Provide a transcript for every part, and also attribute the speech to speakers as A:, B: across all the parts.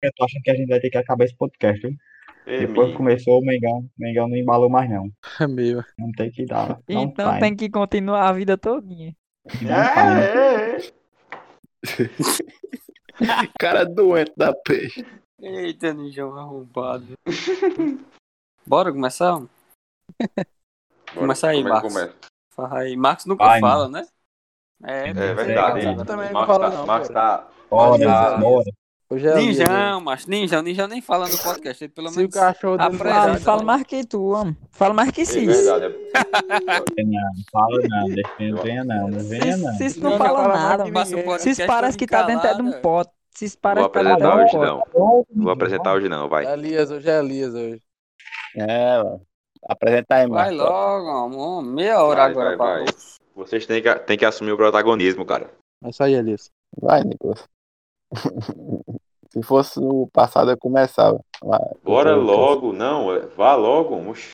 A: Eu tô achando que a gente vai ter que acabar esse podcast, viu?
B: Ei,
A: Depois que
B: menino.
A: começou o Mengão, o Mengão não embalou mais não.
C: É meu.
A: Não tem que dar. Não
D: Então
A: time,
D: tem que continuar a vida todinha.
A: não time.
B: É, é, é.
E: Cara doente da peste.
C: Eita, Nijão arrombado. Bora começar?
B: Bora,
C: Começa aí,
B: como é que
C: Marcos.
B: começa?
C: Fala aí. Marcos nunca
A: Vai,
C: fala, né? É,
B: É
A: É,
B: verdade.
E: cara, também não
B: Marcos
E: fala
B: tá-
E: não,
B: Marcos tá.
A: Bora,
E: Valeu,
A: bora.
E: Hoje é o dia dele.
D: né?
C: Ninjão, macho. Ninjão, Ninjão nem fala no podcast. Ele pelo
E: Se o
C: menos
E: cachorro dele
C: Aprenda.
E: não-
D: Fala,
C: Verdade,
D: fala
C: né?
D: mais que tu, homem. Fala mais que
B: É
D: Cis.
B: verdade.
A: Não, fala não, deixa que não venha não, não venha não.
D: Cis não
E: Ninja
D: fala
E: fala mais que
D: nada.
E: ninguém.
C: passa o podcast.
D: Cis parece que tá dentro é de um
C: pó.
D: pote. Cis
F: Vou
D: parece que tá dentro
F: apresentar
D: de um
F: hoje
D: pote.
F: não. Vou apresentar hoje não, vai.
E: Elias, hoje é Elias hoje.
A: É, ó. apresentar aí,
C: Vai
A: Marcos.
C: logo, amor. Meia hora
B: Vai,
C: agora,
B: vai,
C: pra-
B: vai.
F: Vocês têm que, têm que assumir o protagonismo, cara.
E: É isso aí, Elias.
G: Vai, Nicolas. Se fosse no passado, eu começava. Mas-
B: Bora
G: eu tô-
B: logo, não, é- vá logo. moço.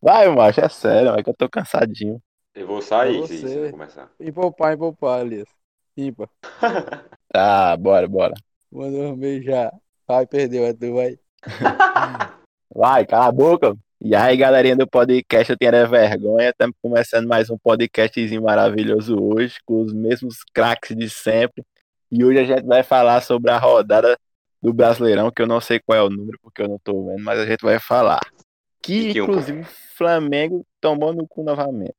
G: Vai, macho, é sério, é que eu tô cansadinho.
B: Eu vou sair
E: É
B: se
E: você.
B: se não começar.
E: Empopar, empopar, Elias. Impa.
G: Tá, bora, bora.
E: Mandou um beijo já. Vai, perdeu, é tu, vai.
G: Vai, cala a boca. E aí, galerinha do podcast, eu tenho era vergonha. Estamos começando mais um podcastzinho maravilhoso hoje, com os mesmos craques de sempre. E hoje a gente vai falar sobre a rodada do Brasileirão, que eu não sei qual é o número, porque eu não tô vendo, mas a gente vai falar. Que,
F: 21.
G: inclusive, o Flamengo tomou no cu novamente.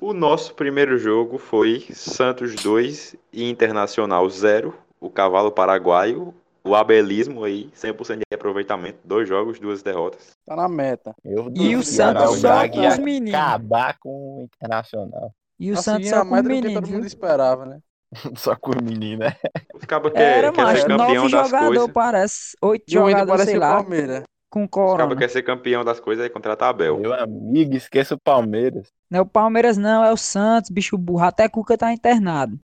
F: O nosso primeiro jogo foi Santos 2 e Internacional 0. O cavalo paraguaio, o abelismo aí, 100% de aproveitamento. Dois jogos, duas derrotas.
E: Tá na meta.
G: Eu
D: E
G: duvido
D: o
G: Arão
D: Santos só
G: Braga
D: com
G: ia
D: os meninos.
G: acabar com o Internacional.
D: E o
E: Assim,
D: Santos
E: era
D: só com os
E: mais do que todo
D: meninos, viu?
E: mundo esperava, né?
G: Só com o menino, né?
F: Os cabos
D: Era,
F: É, quer, quer
D: macho,
F: ser campeão
D: nove
F: das coisas.
D: jogadores, parece. Oito
E: E o ainda
D: jogadores,
E: parece
D: um sei
E: o
D: lá,
E: Palmeiras.
D: com
F: Os cabos
D: corona.
F: quer ser campeão das coisas e contratar Abel.
G: Meu amigo, esqueça o Palmeiras.
D: Não é o Palmeiras, não, é o Santos, bicho burro. Até Cuca tá internado.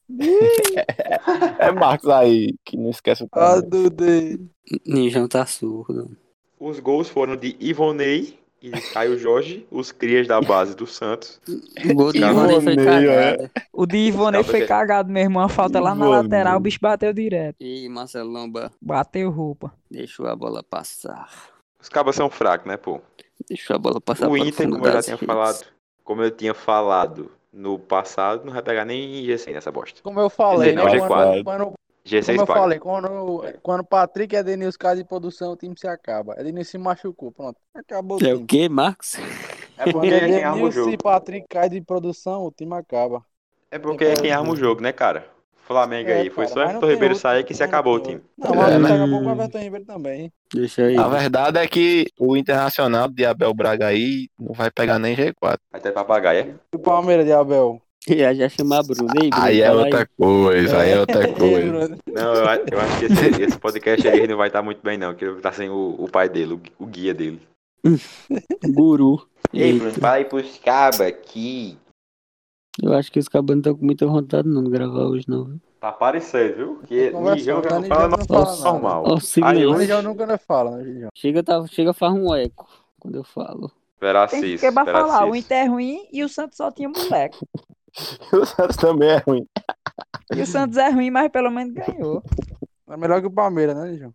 G: É Marcos aí, que não esquece o
E: Ah,
G: Palmeiras.
E: Dudei.
C: Ninjão tá surdo.
F: Os gols foram de Ivonei e de Caio Jorge, os crias da base do Santos.
C: O gol de
F: Ih,
C: Ivone foi
G: Ivone, é.
C: cagada.
D: O de Ivone
F: Acaba
D: foi
F: que-
D: cagado, meu irmão. A falta lá na
G: Ivone.
D: lateral, o bicho bateu direto.
C: Ih, Marcelo Lomba,
D: Bateu roupa.
C: deixou a bola passar.
F: Os cabos são fracos, né, pô?
C: Deixou a bola passar
F: o
C: para
F: Inter, como eu já tinha falado, como eu tinha falado no passado, não vai pegar nem G6 nessa bosta.
E: Como eu falei, né?
F: Não,
G: G quatro.
E: Quando, quando, como
F: G6
E: eu
F: paga.
E: falei, quando, quando o Patrick e Edenilson caem de produção, o time se acaba. Edenilson se machucou, pronto. Acabou o
C: É
E: time.
C: o quê, Marcos?
B: É porque é quem arma o
E: Edenilson
B: jogo.
E: e Patrick cai de produção, o time acaba.
F: É porque é quem arma o jogo, né, cara? Flamengo
E: É,
F: aí, foi
E: cara,
F: só
E: mas não
F: Everton
E: tem
F: Ribeiro
E: outro,
F: sair que se
E: não
F: acabou o
E: tem
F: time.
E: Não,
G: É,
E: mas
G: né?
E: daqui a pouco o Everton Ribeiro também.
C: Deixa aí.
D: Tá
G: A verdade é que o Internacional de Abel Braga aí não vai pegar nem G4.
F: Até papagaio. é?
E: E o Palmeiras de Abel?
C: Já, já chamar Bruno. Ei, Bruno,
G: Aí é
C: fala
G: outra coisa, aí é outra coisa.
E: Bruno.
F: Não, eu, a- eu acho que esse, esse podcast aí ele não vai estar muito bem, não, que ele vai estar sem o, o pai dele, o, gui- o guia dele.
C: Guru.
F: fala aí pros cabos aqui.
C: eu acho que os cabos não estão com muita vontade não de gravar hoje, não. viu?
F: Tá parecendo, viu? Que
E: Conversando,
F: Nijão já
E: tá?
F: não fala
E: Nijão não fala
F: normal.
E: nada.
C: Ó, o
F: normal.
C: signo
F: Aí
C: aí.
E: O
F: hoje,
E: Legião nunca fala, né, Legião?
C: Chega, tá, chega, faz um eco quando eu
D: Tem
C: falo.
D: que
F: Veracís,
D: quebrar falar. O
F: Veracís.
D: Inter é ruim e o Santos só tinha moleque.
G: O Santos também é ruim.
D: E o Santos é ruim, mas pelo menos ganhou.
E: É melhor que o Palmeiras, né, Legião?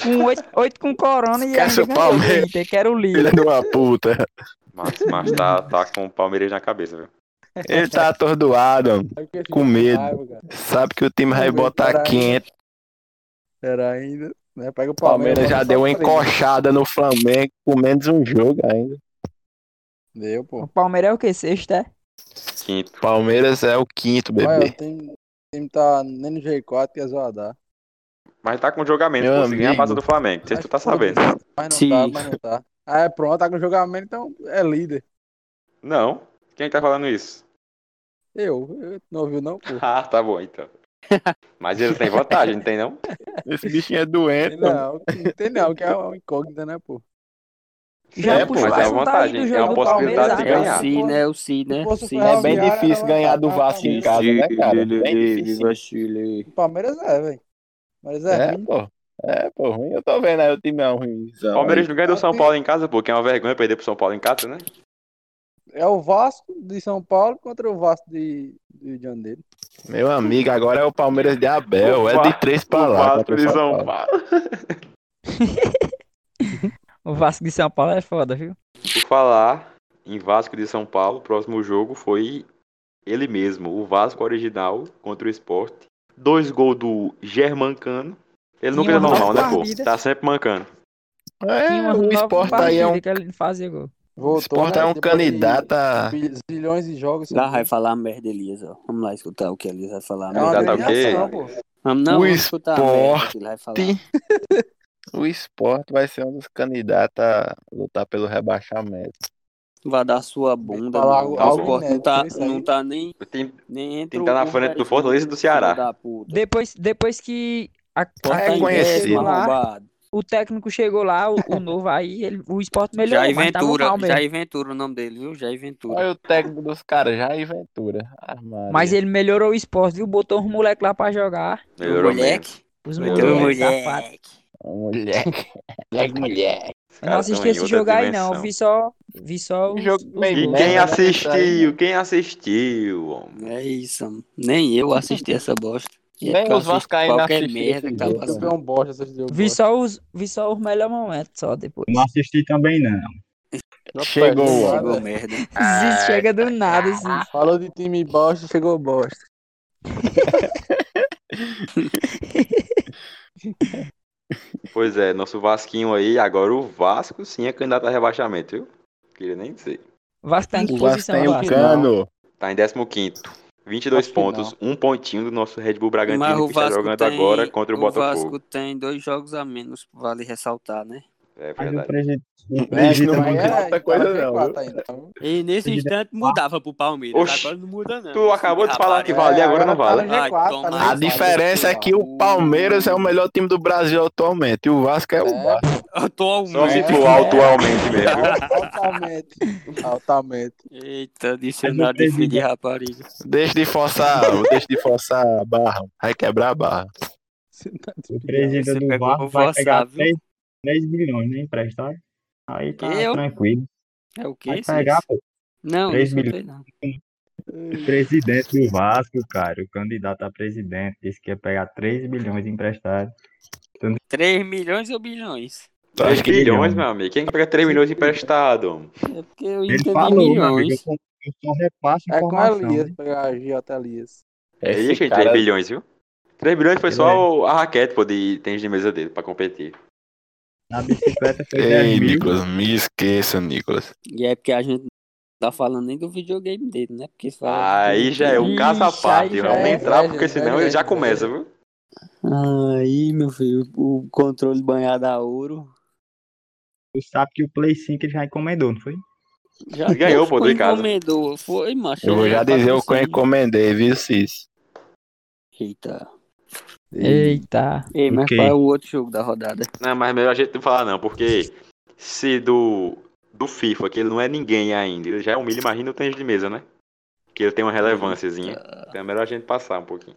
D: Com oito, oito com corona e
G: Esquece
D: ainda
G: o
D: ganhou do
G: Palmeiras.
D: Inter, que era o
G: Filha
H: é
D: líder.
G: de uma puta.
F: Mas, mas tá, tá com o Palmeiras na cabeça, viu?
G: Ele tá atordoado, mano.
E: É porque fica
G: Com medo.
E: raiva, cara.
G: sabe que o time vai botar quente.
E: Era ainda. Né? Pega o
G: O Palmeiras
E: Palmeiras.
G: já
E: bota
G: deu um
E: só
G: uma
E: três.
G: encoxada no Flamengo, com menos um jogo ainda.
E: Deu,
D: O
E: pô.
D: Palmeiras é o quê? Sexta, é?
F: Quinto.
G: Palmeiras é o quinto,
E: Olha, o
G: bebê.
E: time, o time tá nem no G4 que é zoadar.
F: Mas tá com jogamento,
G: Meu
F: pô. Se ganhar a
G: amigo.
F: passa do Flamengo, não sei se tu tá sabendo.
E: Mas não
C: Sim.
E: tá, mas não tá. Ah, é pronto, tá com jogamento, então é líder.
F: Não. Quem tá falando isso?
E: Eu, eu não ouviu não, pô.
F: Ah, tá bom, então. Mas ele tem vantagem, não tem não?
G: Esse bichinho é doente,
E: Tem
G: mano.
E: Não, que- tem não, que é uma incógnita, né, pô?
D: Já
F: é, pô,
D: puxou
F: mas é
D: essa
F: uma
D: vontade
F: vantagem.
D: do
F: É
D: jogo
F: uma
D: do Palmeiras ah,
F: possibilidade de
D: agora.
F: ganhar.
C: É o Si, né? O Si, né?
E: Posto
C: Si.
G: É
E: Ferroviário,
G: bem difícil ganhar do Vasco em casa, né, cara? Bem difícil.
C: Chile.
E: O Palmeiras é, velho. Mas é,
G: É,
E: ruim.
G: pô. É, pô, ruim. Eu tô vendo aí o time é um ruim.
F: Palmeiras não ganha do São Paulo em casa, pô. Que é uma vergonha perder pro São Paulo em casa, né?
E: É o Vasco de São Paulo contra o Vasco de, de Rio de Janeiro.
H: Meu amigo, agora é o Palmeiras de Abel.
F: O
H: É de três
G: Tá
H: palavras.
F: Vasco de
H: pessoal
F: São
H: fala.
F: Paulo.
D: O Vasco de São Paulo é foda, viu?
F: Por falar em Vasco de São Paulo, o próximo jogo foi ele mesmo, o Vasco original contra o Sport. Dois gols do Germancano. Ele nunca
D: Em
F: é
D: uma
F: normal, né,
D: nova
F: pô?
D: partida.
F: Tá sempre mancando.
H: É,
D: Tinha uma
H: o
D: nova
H: Sport aí é um,
D: partida que ele não fazia gol.
H: o
E: Voltou,
H: Sport
E: né?
H: é um
E: Depois de
H: candidato a.
E: Bilhões de jogos.
C: Lá vai falar a merda, Elias, ó. Vamos lá escutar o que Elias vai falar. a
E: É uma
C: merda.
F: Tá, tá, ok.
E: eliminação, pô.
C: Vamos, não,
H: O
C: vamos escutar a merda que ele vai falar.
H: O Sport vai ser um dos candidatos a lutar pelo rebaixamento.
C: Vai dar sua bunda.
E: Falar
C: mano.
E: algo-
C: o
E: algo
C: Sport não
E: inédito,
C: tá,
E: é isso aí.
C: não tá nem,
F: O time
C: nem entre
F: né? Tem que
C: o
F: tá na frente
C: gol
F: do
C: periférico,
F: Fortaleza e do Ceará.
C: filho da puta. tá
D: Depois, depois que a, a
H: é
D: técnica
H: conhecido.
D: chegou lá,
C: arrombado.
D: o técnico chegou lá, o, o novo aí, ele, o esporte melhorou,
C: Jair
D: mas tava
C: Ventura,
D: mal mesmo.
C: Jair Ventura o nome dele, viu? Jair Ventura.
H: Olha o técnico dos caras, Jair Ventura. Ah, Maria.
D: Mas ele melhorou o esporte, viu? Botou os moleques lá pra jogar.
F: melhorou mesmo.
C: moleque.
D: Os é
F: Melhorou.
D: moleques safados.
H: é um Moleque. Moleque, moleque.
F: Os
D: Eu
F: caras
D: não
F: tão
D: assisti
F: em
D: esse
F: outra
D: jogo aí, não. Eu
F: dimensão.
D: Vi só, vi só os,
H: Jogo
D: os
H: meio
F: E
D: gols.
H: merda.
F: quem
H: né, isso
F: assistiu? Quem assistiu? homem?
C: É isso, mano. Nem eu assisti essa bosta. E é
H: Nem
C: porque eu
H: os
C: assisto
H: vascaínos
C: Qualquer
H: assistiram
C: merda
H: esse
C: que tá
H: jogo.
C: passando.
E: É um Campeão bosta, vocês deu
D: Vi
E: bosta.
D: só os, vi só os melhores momentos, só depois.
G: Não assisti também, não.
E: Não
H: Chegou,
E: perde
H: ó.
D: Tá
E: nada.
C: Chegou é merda.
F: Ah,
D: Ziz chega
F: tá.
D: do nada, Ziz.
E: Falou de time bosta, chegou bosta.
F: Pois é, nosso Vasquinho aí, agora o Vasco sim é candidato a rebaixamento, viu? Queria nem dizer.
D: Vasco tá em que
H: O Vasco
D: posição
H: tem o
D: agora?
H: cano.
F: Tá em 15º. 22
E: Acho que
F: pontos, um pontinho do nosso Red Bull Bragantino
C: Mas o
F: que está
C: Vasco
F: jogando
C: tem,
F: agora contra o, Botafogo.
C: Vasco tem dois jogos a menos, vale ressaltar, né?
F: É
G: Mas o
F: verdade.
G: prejuízo. O
H: Mas
G: prejuízo
H: não vai
G: muito-
H: é muita coisa,
E: tá
H: não,
E: G4
H: viu?
E: ainda, viu?
C: E nesse
G: Ele
C: instante mudava pro Palmeiras,
F: Oxi,
C: agora não muda não.
F: Tu acabou de falar que
E: É,
F: valia, agora não
E: agora
F: vale.
E: tá no
C: Ai,
E: G4,
C: toma.
E: tá no
H: A
E: G4,
H: diferença é que o Palmeiras é o melhor time do Brasil atualmente. E o Vasco é o
E: É,
H: Vasco.
F: Só se
C: Atualmente.
F: for atualmente mesmo. viu?
E: altamente. Altamente.
C: Eita,
G: Mas
C: dicionário
G: o
C: de filho de
G: presidente-
C: rapariga.
H: Deixa de forçar, deixa de forçar a barra. Vai quebrar a barra.
G: O prejuízo
C: tá Você
G: do
C: pegou
G: Vasco
C: pra
G: vai
C: forçar,
G: pegar
C: viu?
G: 3, bilhões, né? Emprestado. Aí tá
C: Eu?
G: tranquilo.
C: É o que
G: Vai
C: isso?
G: pegar, pô.
C: Não, não
G: Três
C: escutei não.
G: O presidente do Vasco, cara. O candidato a presidente disse que ia pegar 3 bilhões emprestado.
C: 3 milhões ou bilhões?
F: 3
H: Acho que
F: bilhões, meu amigo. Quem pega 3 milhões emprestado? homem?
C: É porque eu
G: Ele
C: entendi
G: falou, meu
H: né,
G: amigo. Eu
C: milhões.
G: só, eu só repasso
E: É com
G: informação. né?
E: Elias, pegar a Giota Elias.
F: É isso,
H: Esse
F: gente, 3
H: cara,
F: bilhões, viu? 3 bilhões foi
G: Ele
F: só o- a raquete pô, de tênis de mesa dele pra competir.
G: Na bicicleta foi 10
E: é
H: Ei,
G: mil.
H: Nicolas, me esqueça, Nicolas.
C: E é porque a gente não tá falando nem do videogame dele, né? Porque fala...
F: Aí já é um
D: Ixi,
F: caso à parte.
D: aí já
F: Vamos
E: é
F: entrar,
E: inveja,
F: porque senão
E: inveja,
F: ele já
E: inveja.
F: começa, viu?
C: Aí, meu filho, o controle banhado a ouro.
G: Tu sabe que o Play 5 ele já encomendou, não foi?
C: Já
F: Ele ganhou, pô,
C: foi
F: do Ricardo.
C: encomendou, foi, macho.
H: Eu vou
E: é
H: já dizer o que eu
C: patrocínio.
H: encomendei, viu, Cis?
C: Eita.
D: Eita.
C: Ei, mas
G: Ok.
C: qual é o outro jogo da rodada?
F: Não, mas é melhor a gente não falar não, porque se do, do FIFA, que ele não é ninguém ainda, ele já é um milho, imagina o tênis de mesa, né? Que ele tem uma relevânciazinha. Então é melhor a gente passar um pouquinho.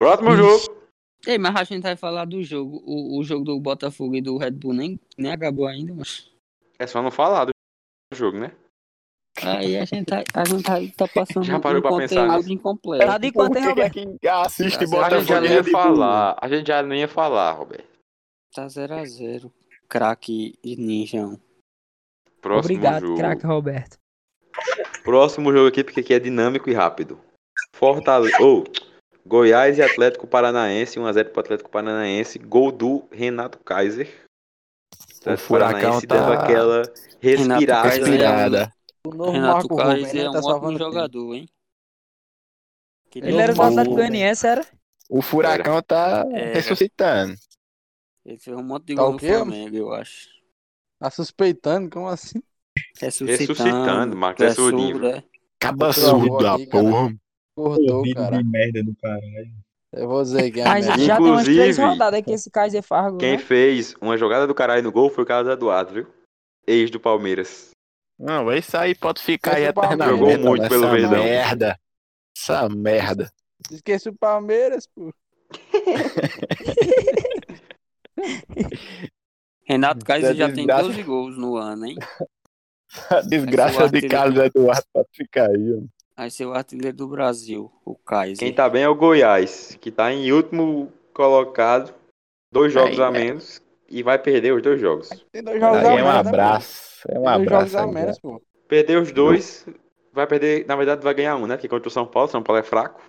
F: Próximo
D: Ixi.
F: jogo.
C: Ei, mas a gente vai falar do jogo. O, o jogo do Botafogo e do Red Bull nem, nem acabou ainda, mas.
F: É só não falar do jogo, né?
C: Aí a gente, tá- a gente tá, tá passando
F: Já parou
C: um
F: pra pensar
C: conteúdo
F: nisso?
C: incompleto.
D: Tá de
H: Por
D: quanto, hein,
H: que é
D: Roberto?
H: que assiste
C: Tá certo.
F: A gente já não
H: Botafogo?
F: ia falar. A gente já não ia falar, Roberto.
C: Tá 0x0. Craque e um. ninjão.
F: Próximo
D: Obrigado,
F: jogo.
D: craque Roberto.
F: Próximo jogo aqui, porque aqui é dinâmico e rápido. Fortaleza. Ou Goiás e Atlético Paranaense. 1x0 pro Atlético Paranaense. Gol do Renato Kaiser.
H: O Furacão tá-
F: dando aquela respirada.
E: é
C: Kaiser
F: né?
H: Respirada.
E: O novo
C: Renato
E: Marco Rubens
C: Carlos
E: né,
C: é um
E: tá
C: ótimo
E: salvando o time.
C: jogador, hein? Que
D: Ele
C: Deus
D: era do
C: o-
D: Atlético Goianiense, era?
H: O Furacão tá
E: É.
C: Era.
H: ressuscitando.
C: é, Ele fez um monte de
E: Tá
C: gol
E: o
C: no
E: quê?
C: Flamengo, eu acho.
E: Tá suspeitando, como assim?
F: Ressuscitando, Marcos, é surdinho.
C: surdo, é.
E: Cabaçudo da porra. Cortou,
G: Ouvido
E: cara.
G: de merda do cara.
E: Eu vou dizer que é
D: Mas
E: merda.
D: já tem umas três
F: Inclusive,
D: rodadas que esse Kaiser Fargo,
F: Quem
D: né?
F: fez uma jogada do caralho no gol foi o Carlos Eduardo, viu? Ex do Palmeiras.
H: Não, vai sair, pode ficar aí
E: Mas o Palmeiras-
H: eternamente.
F: Jogou muito
H: mano,
F: pelo
H: essa é
F: Verdão.
H: merda. Essa merda.
E: Esqueci o Palmeiras, pô.
C: Renato Kaiser já tem
H: desgraça.
E: é
C: 12 gols no ano, hein?
H: A desgraça de
C: artilheiro.
H: Carlos Eduardo pode ficar aí, ó.
C: Aí ser o artilheiro do Brasil, o
F: Quem
C: Kaiser.
F: tá bem é o Goiás, que tá em último colocado, dois jogos
H: Aí,
C: né?
F: a menos, e vai perder os dois jogos.
E: Tem dois jogos
H: Aí
E: a
H: é um
E: menos, né,
H: abraço. É
E: pô?
H: um
E: Tem dois jogos
H: abraço.
E: a
H: aí,
F: né?
E: menos, pô.
F: Perder os dois, vai perder, na verdade vai ganhar um, né? Porque contra o São Paulo, São Paulo é fraco.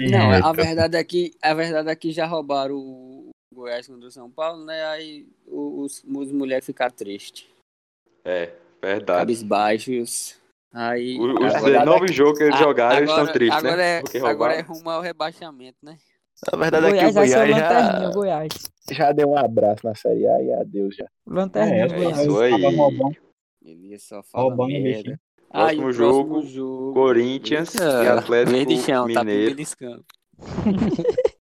C: Não, a
G: Eita.
C: verdade é que, a verdade é que já roubaram o o Goiás contra o São Paulo, né? Aí os, os mulheres ficaram tristes.
F: É,
E: Tá.
F: verdade.
C: Cabisbaixos. Aí.
F: O- Os
C: agora-
F: 19 jogos que eles
C: a-
F: jogaram, eles
C: agora-
F: estão tristes,
C: agora
F: né?
C: É,
F: Porque
C: agora
F: roubaram.
C: é rumo ao rebaixamento, né?
H: A
F: é
H: verdade
D: Goiás vai ser o lanterninha, o Goiás.
H: já deu um abraço na Série A e adeus já.
D: Lanterninha,
G: É,
D: o
F: É
D: Goiás.
F: isso aí.
G: Tava roubando.
C: Ele só fala
G: Roubando e
C: merda.
G: vestindo.
C: Aí
F: Próximo
C: o
F: jogo,
C: próximo jogo.
F: Corinthians e
C: Eita,
F: Atlético
C: verde chão, tá
F: Mineiro.
C: beliscando.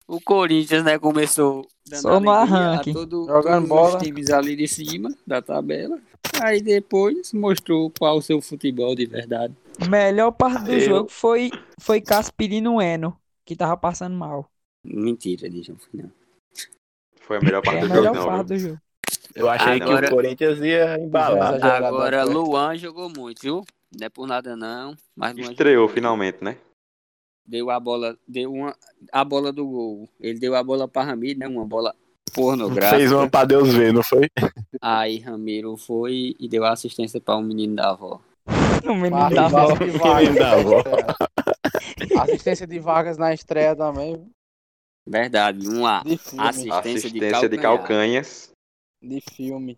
C: o Corinthians, né, começou dando
D: Só no
C: alegria
D: arranque.
C: a todo,
E: Jogando
C: todos
E: bola.
C: os times ali de cima da tabela. Aí depois mostrou qual o seu futebol de verdade.
D: Melhor parte do
F: Eu-
D: jogo foi, foi Caspirino Eno, que tava passando mal.
C: Mentira, Dijão. não.
F: Foi a melhor
D: É
F: parte
D: a
F: do jogo,
D: melhor
F: não.
D: parte
F: viu?
D: do jogo.
H: Eu
F: Ah,
H: achei
C: Agora-
H: que o Corinthians ia embalar.
E: Exagerado. Jogador
C: Agora,
E: certo.
C: Luan jogou muito, viu? Não é por nada não, mas Luan
F: Estreou
C: jogou muito.
F: finalmente, né?
C: deu a bola, deu uma a bola do gol. Ele deu a bola para Ramiro, né? Uma bola pornográfica.
H: Fez uma pra Deus ver, não foi?
C: Aí Ramiro foi e deu a assistência para o menino da avó.
D: O menino
E: Mas
D: tá
E: tem
D: mal.
E: Vargas de
H: Quem dá a bola?
E: É. Assistência de Vargas na estreia também. viu?
C: Verdade, um a
E: De filme.
C: Assistência, de
F: Assistência de
C: calcanhar.
F: calcanhas.
E: De filme.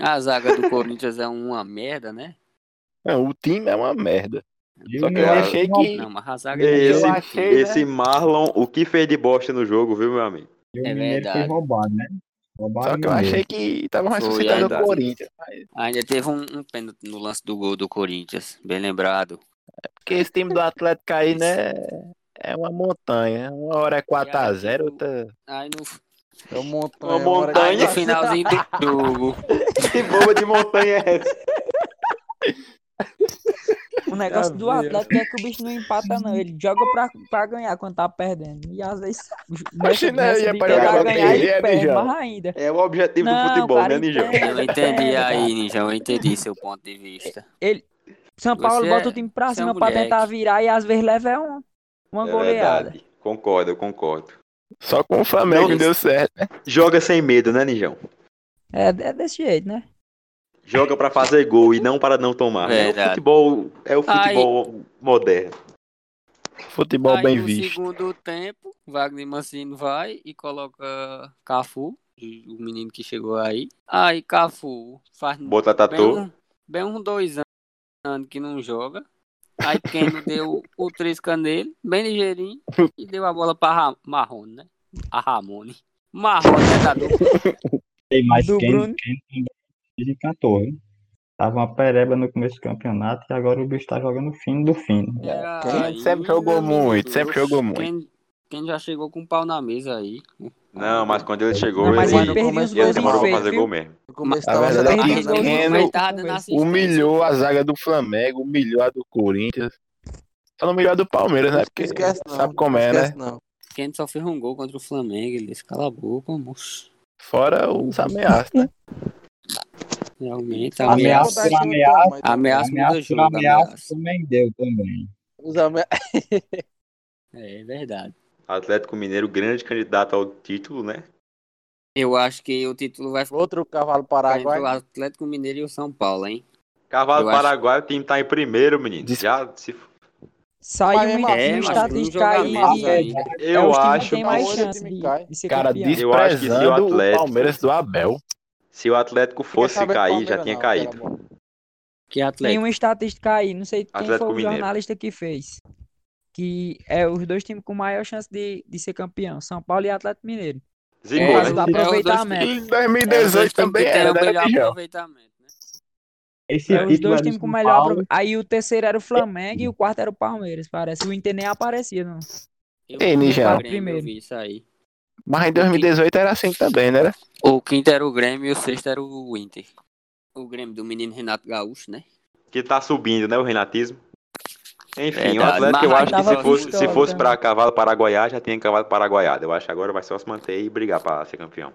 C: A zaga do Corinthians é uma merda, né?
H: Não, o time é uma merda.
G: E
F: Só
G: o
F: que
G: meu
F: eu
G: é
H: achei
G: uma-
H: que-
C: Não, mas a zaga é
F: Esse,
C: melhor.
E: achei, né?
F: esse Marlon, o que fez de bosta no jogo, viu, meu amigo?
G: E o
C: É
G: Mineiro foi
C: verdade.
G: roubado, né? Roubaram
H: Só
G: o
H: que eu
G: Mineiro.
H: achei que tava
C: Foi,
H: ressuscitando o
F: verdade.
H: Corinthians. Mas
C: Ainda teve um, um pênalti no lance do gol do Corinthians, bem lembrado.
H: porque esse time do Atlético aí, né? É uma montanha. Uma hora é 4x0, outra.
C: Aí no,
E: É um montanha.
F: Uma
E: mora-
C: aí no
F: montanha.
C: finalzinho do jogo,
F: Que boba de montanha é essa?
D: O negócio
E: Já
D: do
E: viu.
D: Atlético é que o bicho não empata, não. Ele joga pra, pra ganhar quando tá perdendo. E às vezes
H: Imagina, ia pra
D: tentar
F: jogar pra
D: ganhar
H: perder, é
D: e perde,
H: Nijão.
D: mas ainda.
F: É o objetivo do futebol,
D: cara, é
F: né, Nijão?
D: entende,
C: eu entendi
D: entende,
C: aí,
D: cara.
C: Ninja, eu entendi seu ponto de vista.
D: Ele, São
C: Você
D: Paulo
C: é-
D: bota o time pra
C: você é um
D: cima pra tentar
C: moleque.
D: virar e às vezes leva é um, uma
F: É
D: goleada.
F: verdade. Concordo, eu concordo.
H: Só com o
E: tá.
H: Flamengo
C: Não.
H: deu certo.
F: Joga sem medo, né, Nijão?
D: É, é desse jeito, né?
F: Joga pra fazer gol e não para não tomar. né? O
C: Verdade.
F: futebol é o futebol moderno.
H: Futebol
C: aí
H: bem
C: no
H: visto.
C: segundo tempo, Wagner Mancini vai e coloca Cafu, o menino que chegou aí. Aí Cafu faz
F: Bota
C: bem,
F: tatu.
C: um, bem uns dois an- anos que não joga. Aí Keno deu o trisca nele, bem ligeirinho, e deu a bola pra Ra Marrone, né? A Ramone. Marrone é da dupla.
G: Sei mais
D: Do
G: quem,
D: Bruno.
G: quem tem de 14. Tava uma pereba no começo do campeonato e agora o bicho tá jogando fino do fino.
C: Era
H: É, Keno
C: ainda,
H: sempre jogou
C: menino.
H: muito, sempre jogou muito.
C: Keno- Keno já chegou com um pau na mesa aí.
F: Não, mas quando ele chegou,
D: Não, mas
F: ele,
D: ele perdeu os
E: começo-
F: ele
D: gols
F: demorou pra
D: feitos,
F: fazer
D: viu?
F: gol mesmo.
E: No começo
H: A
E: tava
H: verdade
E: jogando
H: é que
E: bem,
D: Keno-
E: mas
C: Keno-
E: não
C: Coitado na assistência.
H: Humilhou a zaga do Flamengo, humilhou a do Corinthians. Só não humilhou a do Palmeiras, né? Porque
E: esquece não.
H: sabe como é,
E: esquece
H: né?
E: não.
C: Keno só fez um gol contra o Flamengo, ele disse, cala a boca, moço.
H: Fora os ameaças, né?
C: Realmente, a
G: Ameaça
C: ameaça,
G: por
E: Ameaça-
G: ameaça.
C: ameaça muda
G: Ameaça por
C: jogo,
G: ameaça
C: ameaça.
G: também deu também.
E: Os ame-
C: É verdade.
F: Atlético Mineiro, grande candidato ao título, né?
C: Eu acho que o título vai ficar
E: Outro cavalo
C: entre o
E: paraguai.
C: Atlético Mineiro e o São Paulo, hein?
F: Cavalo
C: Eu acho-
F: Paraguai, o time tá em primeiro, menino.
H: Des-
F: Já se...
D: Saiu
E: Mas, é
D: uma,
E: mas,
D: uma
E: mas,
D: estatística
C: joga
D: aí
C: menos
E: né?
D: de,
C: ainda.
F: Eu
D: os É um que
F: acho
D: Tem
F: que
D: mais
E: Hoje o
D: chance
E: time
D: de,
E: cai.
D: de ser
H: Cara,
D: campeão.
F: Eu acho que se o
H: desprezando o,
F: Atlético-
H: Palmeiras do Abel.
F: se o Atlético fosse
E: Quer saber do
F: cair, já
E: Palmeiras
F: tinha
E: não,
F: caído.
E: pelo amor.
C: Que
D: Tem
C: Atlético.
D: uma estatística aí, não sei quem
F: Atlético
D: foi o
F: Mineiro.
D: jornalista que fez. Que é os dois times com maior chance de, de ser campeão, São Paulo e Atlético Mineiro.
F: Zicou,
D: Por
C: É,
D: causa do
C: é, os dois
D: aproveitamento.
H: Em
C: É, os
H: 2018
C: dois times que
H: também
C: tem
H: era,
C: o
H: né,
C: melhor
H: Mijão?
C: aproveitamento, né?
G: Esse
D: É os
G: título
D: dois
G: é do
D: times com
G: São
D: melhor
G: Paulo.
D: aproveitamento. Aí o terceiro era o Flamengo e o quarto era o Palmeiras, parece. O Inter nem aparecia, não.
C: Eu
H: Ei,
C: vi o
H: Nigel.
C: Grêmio,
D: Primeiro.
C: eu vi isso aí.
H: Mas em 2018 era assim também, né?
C: O quinto era o Grêmio e o sexto era o Inter. O Grêmio do menino Renato Gaúcho, né?
F: que tá subindo, né? O renatismo. Enfim, o
C: Verdade,
F: Atlético eu
C: mas
F: acho que
D: tava
F: se fosse, se
D: vistoso
F: fosse
D: também.
F: pra cavalo paraguaiá, já tinha cavalo paraguaiado. Eu acho que agora vai só se manter e brigar pra ser campeão.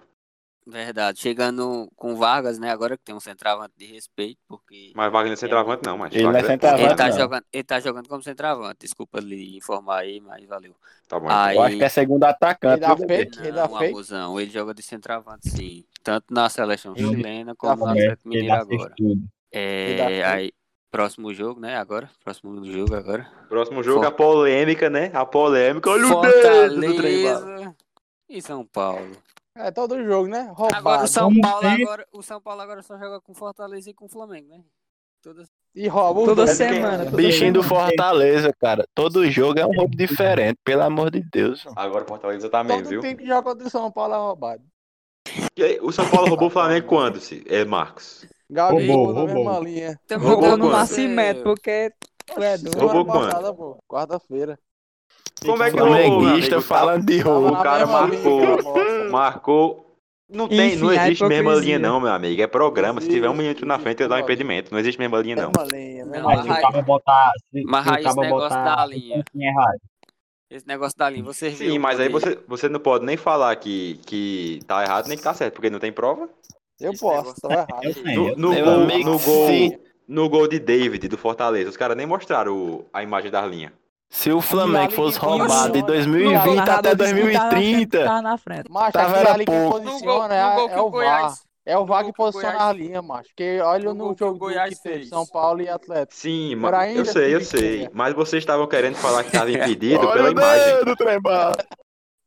C: Verdade. Chegando com Vargas, né? Agora que tem um centroavante de respeito, porque
F: Mas Wagner não é centroavante, não, mas.
H: Ele não é
F: Wagner-
H: centroavante,
C: ele tá,
H: não.
C: jogando, ele tá jogando como centroavante. Desculpa lhe informar aí, mas valeu.
F: Tá bom.
C: Aí,
H: Eu acho que é segundo atacante.
E: Ele dá
H: viu,
E: fake, ele dá
C: não,
E: fake.
C: abusão. Ele joga de centroavante, sim. Tanto na seleção
G: Ele-
C: chilena como no
E: Tá
C: Atlético
G: É, Ele
C: Mineiro
G: assiste
C: agora.
G: tudo.
E: Ele dá
C: É,
E: fake.
C: aí, próximo jogo, né? Agora? Próximo jogo agora.
F: Próximo jogo,
C: For-
F: a polêmica, né? A polêmica. Olha o dedo do Trembala.
C: Fortaleza e São Paulo.
E: É todo jogo, né?
C: Agora
E: Roubado.
C: o São
G: Como
C: Paulo
G: sempre.
C: agora, o São Paulo agora só joga com Fortaleza e com Flamengo, né? Todas
E: E rouba um os
D: Toda
E: dois.
D: semana, toda
H: Bichinho do
D: semana.
H: Fortaleza, cara. Todo jogo é um roubo diferente, pelo amor de Deus.
F: Agora o Fortaleza tá meio,
E: Todo
F: viu?
E: time que joga contra o São Paulo é roubado.
F: E aí, o São Paulo roubou o Flamengo quando, se? É, Marcos.
E: Gabigol na
G: roubou.
E: mesma linha.
C: Também
F: Roubou
D: Jogou
C: tá
D: no
F: quanto?
C: bom.
D: Nascimento, porque tu é doido.
F: Roubou
E: Semana passada, pô. Quarta-feira.
F: Como é que roubou, meu
H: Flamenguista
F: amigo?
H: falando de
E: Tava
H: roubo.
E: na
F: O cara
E: mesma linha,
F: marcou.
E: bosta.
F: Marcou. Não tem, não
D: Enfim, a
F: existe mesma
D: hipocrisia.
F: linha, não, meu amigo. É programa. Se tiver um
E: Existe,
F: minuto na frente, eu dou um impedimento. Não existe mesma linha, não.
E: Mesma linha, né? mesma
G: Mas se
C: Mas-
G: o cara botar. Se,
C: mas
G: se
C: aí
G: o
C: esse
G: cara
C: negócio
G: botar.
C: da linha.
G: Assim, errado.
C: Esse negócio da linha, você viu?
F: Sim, mas aí
C: Rodrigo?
F: você, você não pode nem falar que, que tá errado nem que tá certo, porque não tem prova.
E: Eu
C: Esse
E: posso, tava errado.
G: Eu sei.
F: No, no
H: Meu
F: gol,
H: amigo,
F: no, gol,
H: sim.
F: no gol de David, do Fortaleza, os caras nem mostraram o- a imagem da linha.
H: Se o Flamengo fosse roubado de
D: O
H: 2020
D: narrador
H: até
D: disse que tava na frente,
H: 2030,
D: Tava na frente.
E: Macho,
H: Tava
E: aquilo
H: era
E: ali que
H: pouco.
C: No gol,
E: posiciona
C: no
E: é,
C: gol que
E: é
C: o
E: o VAR.
C: Goiás.
E: É o VAR
C: No
E: que
C: gol que o
E: posiciona
C: Goiás-
E: a linha, macho. Porque olha
C: no
E: no,
C: gol que o
E: jogo
C: Goiás
E: que teve
C: fez.
E: São Paulo e Atlético.
F: Sim,
E: Por
F: mas
E: ainda
F: eu sei, eu
E: que
F: sei.
E: tenha.
F: Mas vocês estavam querendo falar que estava impedido
H: olha
F: pela
H: o
F: imagem.
H: dedo, Trembala.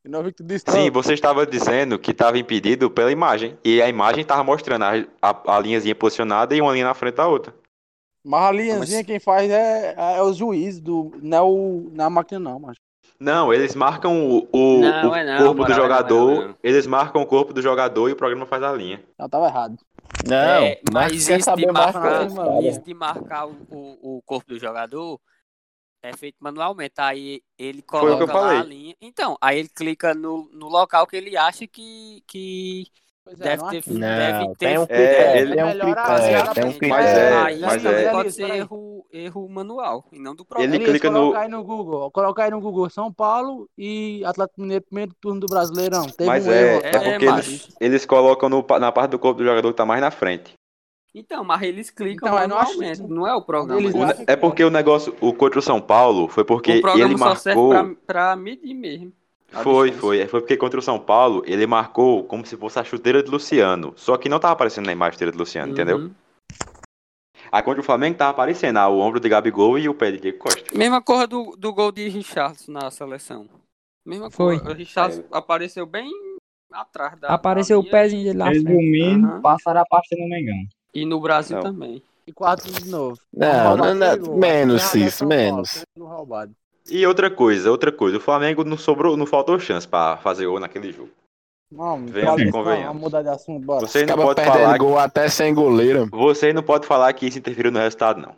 E: E não vi que tu disse
F: Sim,
E: tanto.
F: você estava dizendo que estava impedido pela imagem. E a imagem estava mostrando a, a, a linhazinha posicionada e uma linha na frente da outra.
E: Mas a linhazinha
C: Mas-
E: quem faz é, é o juiz do. Não é o, na máquina, não, macho.
F: Não, eles marcam o, o-
C: Não,
F: o
C: é não,
F: corpo do
C: moral, é não,
F: jogador.
C: é não, é não.
F: Eles marcam o corpo do jogador e o programa faz a linha.
E: Não, tava errado.
H: Não,
C: É, mas
H: mas quer
C: isso de
H: saber mais que
C: marcar,
H: eles, cara.
C: isso de marcar o, o, o corpo do jogador é feito manualmente. Aí ele
F: o que eu
C: coloca lá
F: falei.
C: a linha. Então, aí ele clica no, no local que ele acha que, que
E: Pois é,
C: deve,
E: não
C: ter,
E: é?
C: deve
H: Não,
C: ter
H: tem um
F: É,
H: critério,
F: ele-
H: tem um
E: melhor a-
H: critério, tem um
E: Mas
C: Mas
F: é,
H: critério.
C: aí
F: mas
C: isso também
F: é.
C: pode ser
E: Peraí.
C: erro, erro manual e não do programa.
F: Ele
E: Elias,
F: clica no-
E: coloca aí no Google. Coloca aí no Google São Paulo e Atlético Mineiro, primeiro turno do Brasileirão. Teve
F: Mas
E: um
F: é,
E: erro.
F: é,
E: lá.
C: É,
F: porque
C: macho.
F: eles, eles colocam no pa- na parte do corpo do jogador que tá mais na frente.
C: Então, mas eles clicam
E: Então, eu não acho
C: manualmente,
E: que-
C: não é o programa.
E: Eles
F: O ne-
E: acham que
F: é porque o negócio, o contra o São Paulo, foi porque
C: o programa
F: ele
C: só
F: marcou.
C: serve pra, pra medir mesmo. a
F: Foi,
C: distância.
F: foi. É, Foi porque contra o São Paulo, ele marcou como se fosse a chuteira de Luciano. Só que não tava aparecendo na imagem a chuteira de Luciano, entendeu?
C: Uhum.
F: Aí contra o Flamengo tava aparecendo ah, o ombro de Gabigol e o pé de Diego Costa.
C: Mesma coisa do, do gol de Richardson na seleção. Mesma
D: Foi.
C: coisa. O Richardson apareceu bem atrás da.
D: Apareceu
C: da
D: o
C: linha.
D: pezinho dele lá na frente.
G: Resumindo,
C: Aham.
G: passaram a pasta no Mengão.
C: E no Brasil
F: Não.
C: também.
E: E quatro de novo.
H: Não,
E: Roubado
H: não, não,
E: pegou.
H: menos,
E: Errado é
H: Cis,
E: São Paulo,
H: menos.
E: pegou no roubado.
F: E outra coisa, outra coisa. O Flamengo não sobrou, não faltou chance pra fazer gol naquele jogo.
E: Não,
F: Venhamos
E: fala
F: e
E: isso não,
F: convenhamos.
E: Vamos mudar de assunto, bora.
F: Vocês não
H: Acaba
F: podem
H: perdendo
F: falar,
H: gol até sem goleiro.
F: vocês não podem falar que isso interferiu no resultado, não.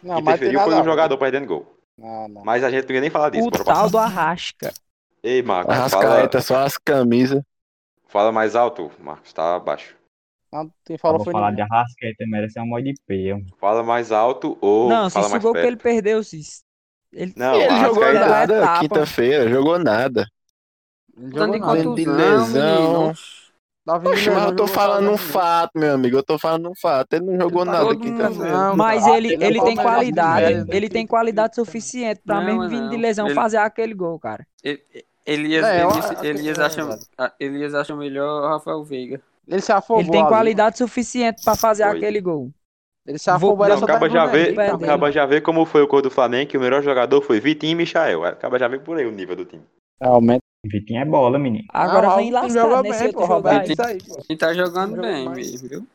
E: Não, mas tem
F: Interferiu
E: nada
F: foi
E: a
F: um
E: ver.
F: jogador perdendo gol.
E: Não, não.
F: Mas a gente não ia nem falar disso.
D: O
F: bora
D: tal
F: passar.
D: do Arrasca.
F: Ei, Marcos,
H: As
F: fala,
E: então.
H: caretas, só as camisas.
F: fala mais alto, Marcos, tá baixo.
E: Não, quem
G: Eu
E: falou
G: Vou
E: foi
G: falar
E: ninguém.
G: de Arrascaeta, merece uma mó de peia.
F: Fala mais alto ou
D: não, se
F: fala
D: o
F: mais
D: gol que ele
F: perto.
D: perdeu, Cis. Ele,
F: Não, é
H: Ele
F: Arrascaeta-
H: jogou
C: é
D: Arrascaeta-
H: nada,
D: etapa.
H: quinta-feira, jogou nada.
E: Não jogou
C: Tanto de
E: nada.
H: enquanto-
C: contusão,
H: lesão.
C: menino.
E: Tá vindo
H: Poxa, mas
E: lesão,
H: eu tô
E: jogou
H: falando
E: nada,
H: um
E: não.
H: fato, meu amigo. Eu tô falando um fato. Ele não jogou
E: Ele tá
H: nada
C: todo
H: quinta-feira.
E: Não,
D: Mas
E: cara,
D: ele,
E: é
D: ele
E: o
D: tem
E: melhor
D: qualidade.
E: Palmeiras
D: Ele
E: daqui.
D: tem qualidade suficiente pra
C: Não,
D: mesmo
C: é
D: vindo de
C: não.
D: lesão
C: Ele-
D: fazer aquele gol, cara.
C: E- e- Elias,
E: É, eu acho
C: Elias,
E: que é
C: Elias,
E: verdade.
C: acha, a- Elias acha melhor o Rafael Veiga.
E: Ele se afobou.
D: Ele tem
E: ali,
D: qualidade suficiente pra fazer
F: Foi.
D: aquele gol.
E: mano. Ele se afobou.
D: Vou-
E: ele
F: Não,
E: só
F: acaba
E: tá
F: já
E: jogando
F: vê,
E: ali,
D: perdendo.
E: cara.
F: acaba já vê como foi o gol do Flamengo, que o melhor jogador foi Vitinho e Michael. É, Acaba já vê por aí o nível do time.
E: Realmente.
G: Vitinho é bola, menino.
D: Agora
E: Não,
D: vem
E: o
D: lá
E: time jogou
D: nesse
E: bem,
D: outro
E: pô,
D: jogo
E: Roberto,
D: aí.
E: isso aí, pô.
C: E tá jogando
E: Não
C: bem
E: joga mais.
C: mesmo, viu?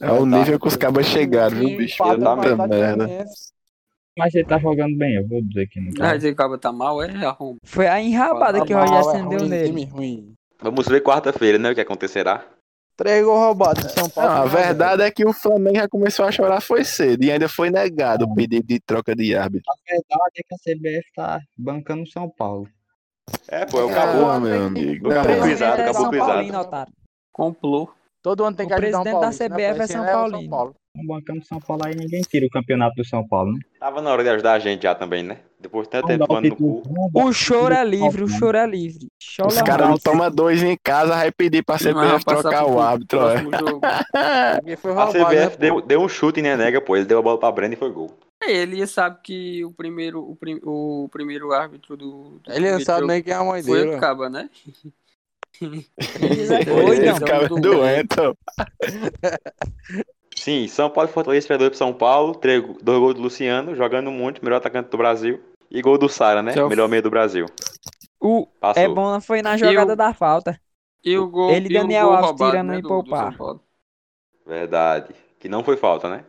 H: É o nível que os cabas chegaram, viu, bicho?
E: Empata com o é
H: Puta
E: Atlético
H: merda.
E: Goianiense.
G: Mas ele tá jogando bem, eu vou dizer que não
C: Ah,
G: tá.
C: dizer que o cabo tá mal, é arromba.
D: Foi a enrabada
C: Fala
D: que o
E: Tá
D: Rogério
E: mal, é
D: acendeu
E: ruim,
D: nele.
E: time ruim.
F: Vamos ver quarta-feira, né, o que acontecerá.
E: Três gols roubados em São
H: Não,
E: Paulo.
H: a
E: Não,
H: verdade é que o Flamengo já começou a chorar foi cedo e ainda foi negado o pedido de troca de árbitro.
G: A verdade é que a CBF tá bancando o São Paulo.
F: É, pô, é o
E: Ah,
F: Cabo.
H: meu amigo.
F: Acabou
D: Presidente
F: pisado,
D: é
F: acabou
D: São
F: pisado.
D: Paulino, otário.
C: Complô.
E: Todo ano tem
D: O
E: que ajudar um
D: presidente da
E: paulista, né?
D: CBF é
E: Esse ano
D: São Paulino.
E: Paulo.
G: Não bancamos um São Paulo aí, ninguém tira o campeonato do São Paulo, né?
F: Tava na hora de ajudar a gente já também, né? Depois de tanto
G: Vamos dar
E: um
F: tempo
G: o
F: ano no
G: título,
F: cu.
G: vamos dar-
D: O choro é livre, o choro é livre. Chora
E: Então,
H: Os
D: mais.
H: caras não tomam dois em casa, vai pedir pra
C: Mas vai
H: CBF
C: passar
H: trocar
C: pro
H: o árbitro. ó.
D: é.
C: próximo jogo.
E: Porque foi
F: A
E: roubado, né,
F: CBF
E: pô?
F: deu, deu um chute em Nenega, pô. Ele deu a bola pra Breno e foi gol.
C: É, Ele sabe que o primeiro, o prim- o primeiro árbitro do. do
E: Ele não
C: primeiro
E: sabe
C: jogo
E: nem quem é a mãe
C: Foi
E: dele.
C: o Caba, né?
D: Ele é
H: Pois
D: doido,
H: Esse
D: não.
H: cara é
C: do-
H: doente, ó.
F: Sim, São Paulo e Fortaleza perdeu pro São Paulo. três go- Dois gols do Luciano, jogando muito, melhor atacante do Brasil. E gol do Sara, né?
C: Tchau.
F: Melhor meio do Brasil.
D: O
E: É
F: Passou.
D: Ebona foi na jogada
C: Eu-
D: da falta.
C: E o gol.
D: Ele e
C: e o
D: Daniel
C: gol
D: Alves
C: roubado,
D: tirando
C: né,
D: e
C: do- do
D: poupar.
C: São Paulo.
F: Verdade. Que não foi falta, né?
E: Ah,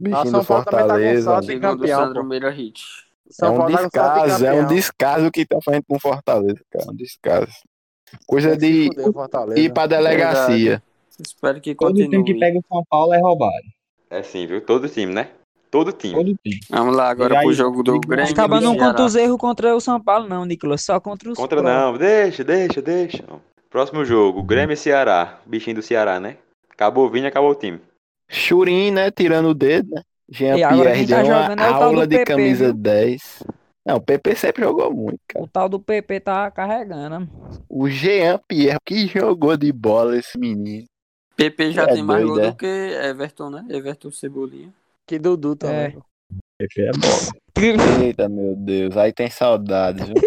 H: Bichinho
E: São
H: do
E: Paulo também tá com
H: Fortaleza.
E: sorte.
C: E gol do
E: campeão,
C: Sandro
E: pô.
C: Meira Hit.
H: É
E: São
H: um
E: Paulo tá com sorte de
H: descaso, é um
E: campeão.
H: descaso o que tá fazendo com o Fortaleza, cara. Um descaso. Coisa
E: Tem que se
H: de
E: fuder, o Fortaleza.
H: ir pra delegacia.
C: Espero que
G: Todo time que
C: continue.
G: pega o São Paulo é roubado.
F: É sim, viu? Todo time, né? Todo time.
G: Todo time.
C: Vamos lá agora
G: E aí,
C: pro jogo do
G: e
C: Grêmio.
D: Acaba
C: e do
D: não
C: Ceará.
D: conta os erros um contra o São Paulo, não, Nicolas. Só contra os
F: Contra
D: pró.
F: não, deixa, deixa, deixa. Próximo jogo, Grêmio e Ceará. Bichinho do Ceará, né? Acabou o Vini, acabou o time.
H: Churin, né? Tirando o dedo, né? Jean
D: E agora
H: Pierre
D: quem tá
H: deu uma
D: jogando é o tal do
H: aula de
D: PP,
H: camisa
D: viu?
H: 10. Não, o PP sempre jogou muito, cara.
D: O tal do PP tá carregando. né?
H: O Jean Pierre, que jogou de bola esse menino.
C: PP já
H: É
C: tem mais gol
H: doido, é?
C: do que Everton, né? Everton Cebolinha.
E: Que Dudu também.
D: É.
E: pô.
G: PP é bola.
H: Eita, meu Deus. Aí tem saudades, viu?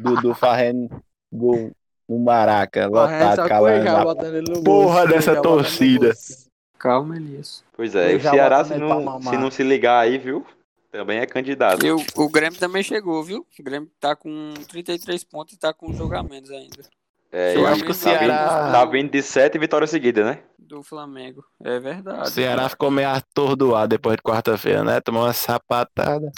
H: Dudu fazendo gol no Maraca,
E: Correndo, só
H: lotado, calando
E: cuejar,
H: na
E: botando ele no bolso.
H: porra dessa
E: Cuejar, botando no
H: torcida.
E: bolso.
C: Calma, Elias.
F: Pois é,
E: Eu
F: o
E: já
F: Ceará,
E: boto
F: se
E: nele pra
F: não,
E: mamar.
F: se não se ligar aí, viu? Também é candidato.
C: E o, o Grêmio também chegou, viu? O Grêmio tá com 33 pontos e tá com um jogo a menos ainda.
F: É,
C: Eu
F: e
C: acho que o
F: tá
C: Ceará-
F: Vindo, tá vindo de sete vitórias seguidas, né?
C: Do Flamengo. É verdade.
H: Ceará ficou meio atordoado depois de quarta-feira, né? Tomou uma sapatada.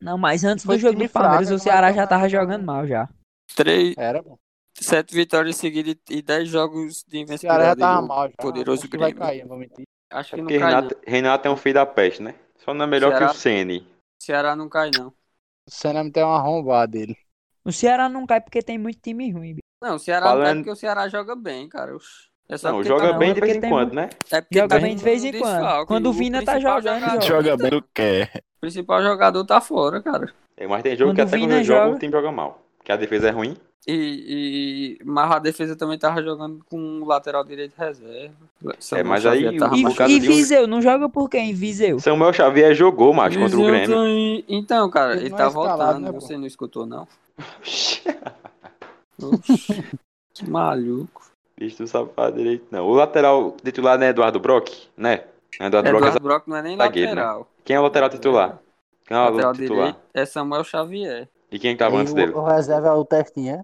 D: Não, mas antes
E: Foi
D: do jogo
E: time
D: do Palmeiras,
E: fraco,
D: o
E: mas
D: Ceará já
E: jogando
D: tava
E: bem.
D: jogando mal já.
C: Três,
E: Era, pô.
C: sete vitórias seguidas e 10 jogos de
E: Esse cara já
C: invencibilidade.
E: tava
C: do-
E: mal. Já.
C: poderoso
E: Acho que vai
C: Grêmio.
E: cair, não vou mentir.
C: Acho que não
F: É Porque
C: cai, não.
F: Renato, Renato é um filho da peste, né? Só não é melhor
C: Ceará-
F: que o Sene.
C: Ceará não cai, não.
E: O Senna tem um uma arrombada dele.
D: O Ceará não cai porque tem muito time ruim. bicho.
C: Não, o Ceará não cai
F: Falando-
C: porque o Ceará joga bem, cara. Oxi. É só
F: Não,
C: porque
F: joga
C: tá-
F: bem
D: é
F: de
D: porque
F: vez em
D: tem
F: quando, né?
C: É porque
D: Joga
C: tá
D: bem de
C: com
D: vez em
C: um
D: quando.
C: desfalque.
D: Quando o Vina tá
C: principal
D: jogando,
C: jogador-
D: joga.
H: Joga bem o quê?
C: O principal jogador tá fora, cara.
F: É, Mas tem jogo
D: Quando
F: que
D: o
F: até quando
D: Vina
C: né,
F: ele joga, o
D: joga-
F: time joga mal. Que a defesa é ruim.
C: E, e mas a defesa também tava jogando com o lateral direito reserva. Samuel
F: É, mas aí
C: Xavier tava
F: o-
D: E,
F: por
C: machucado.
F: causa
D: e
F: de um-
D: Viseu, não joga por quem, Viseu?
F: Samuel Xavier jogou, macho, contra o
C: Viseu
F: Grêmio.
C: tem- Então, cara,
E: Ele
C: ele
E: não
C: tá
E: é escalado,
C: voltando.
E: né, pô?
C: Você não escutou, não? Que maluco.
F: Bicho, tu sabe falar direito, não. O lateral titular não é Eduardo Brock, né? Não é Eduardo Brock.
C: Eduardo Brock não é nem
F: zagueiro, né?
C: lateral.
F: é- Quem é o lateral titular? Quem é o
C: lateral
F: lateral titular?
C: direito é Samuel Xavier.
F: E quem que tava Tá antes
E: E
F: dele?
E: O, o reserva é o testinho, é?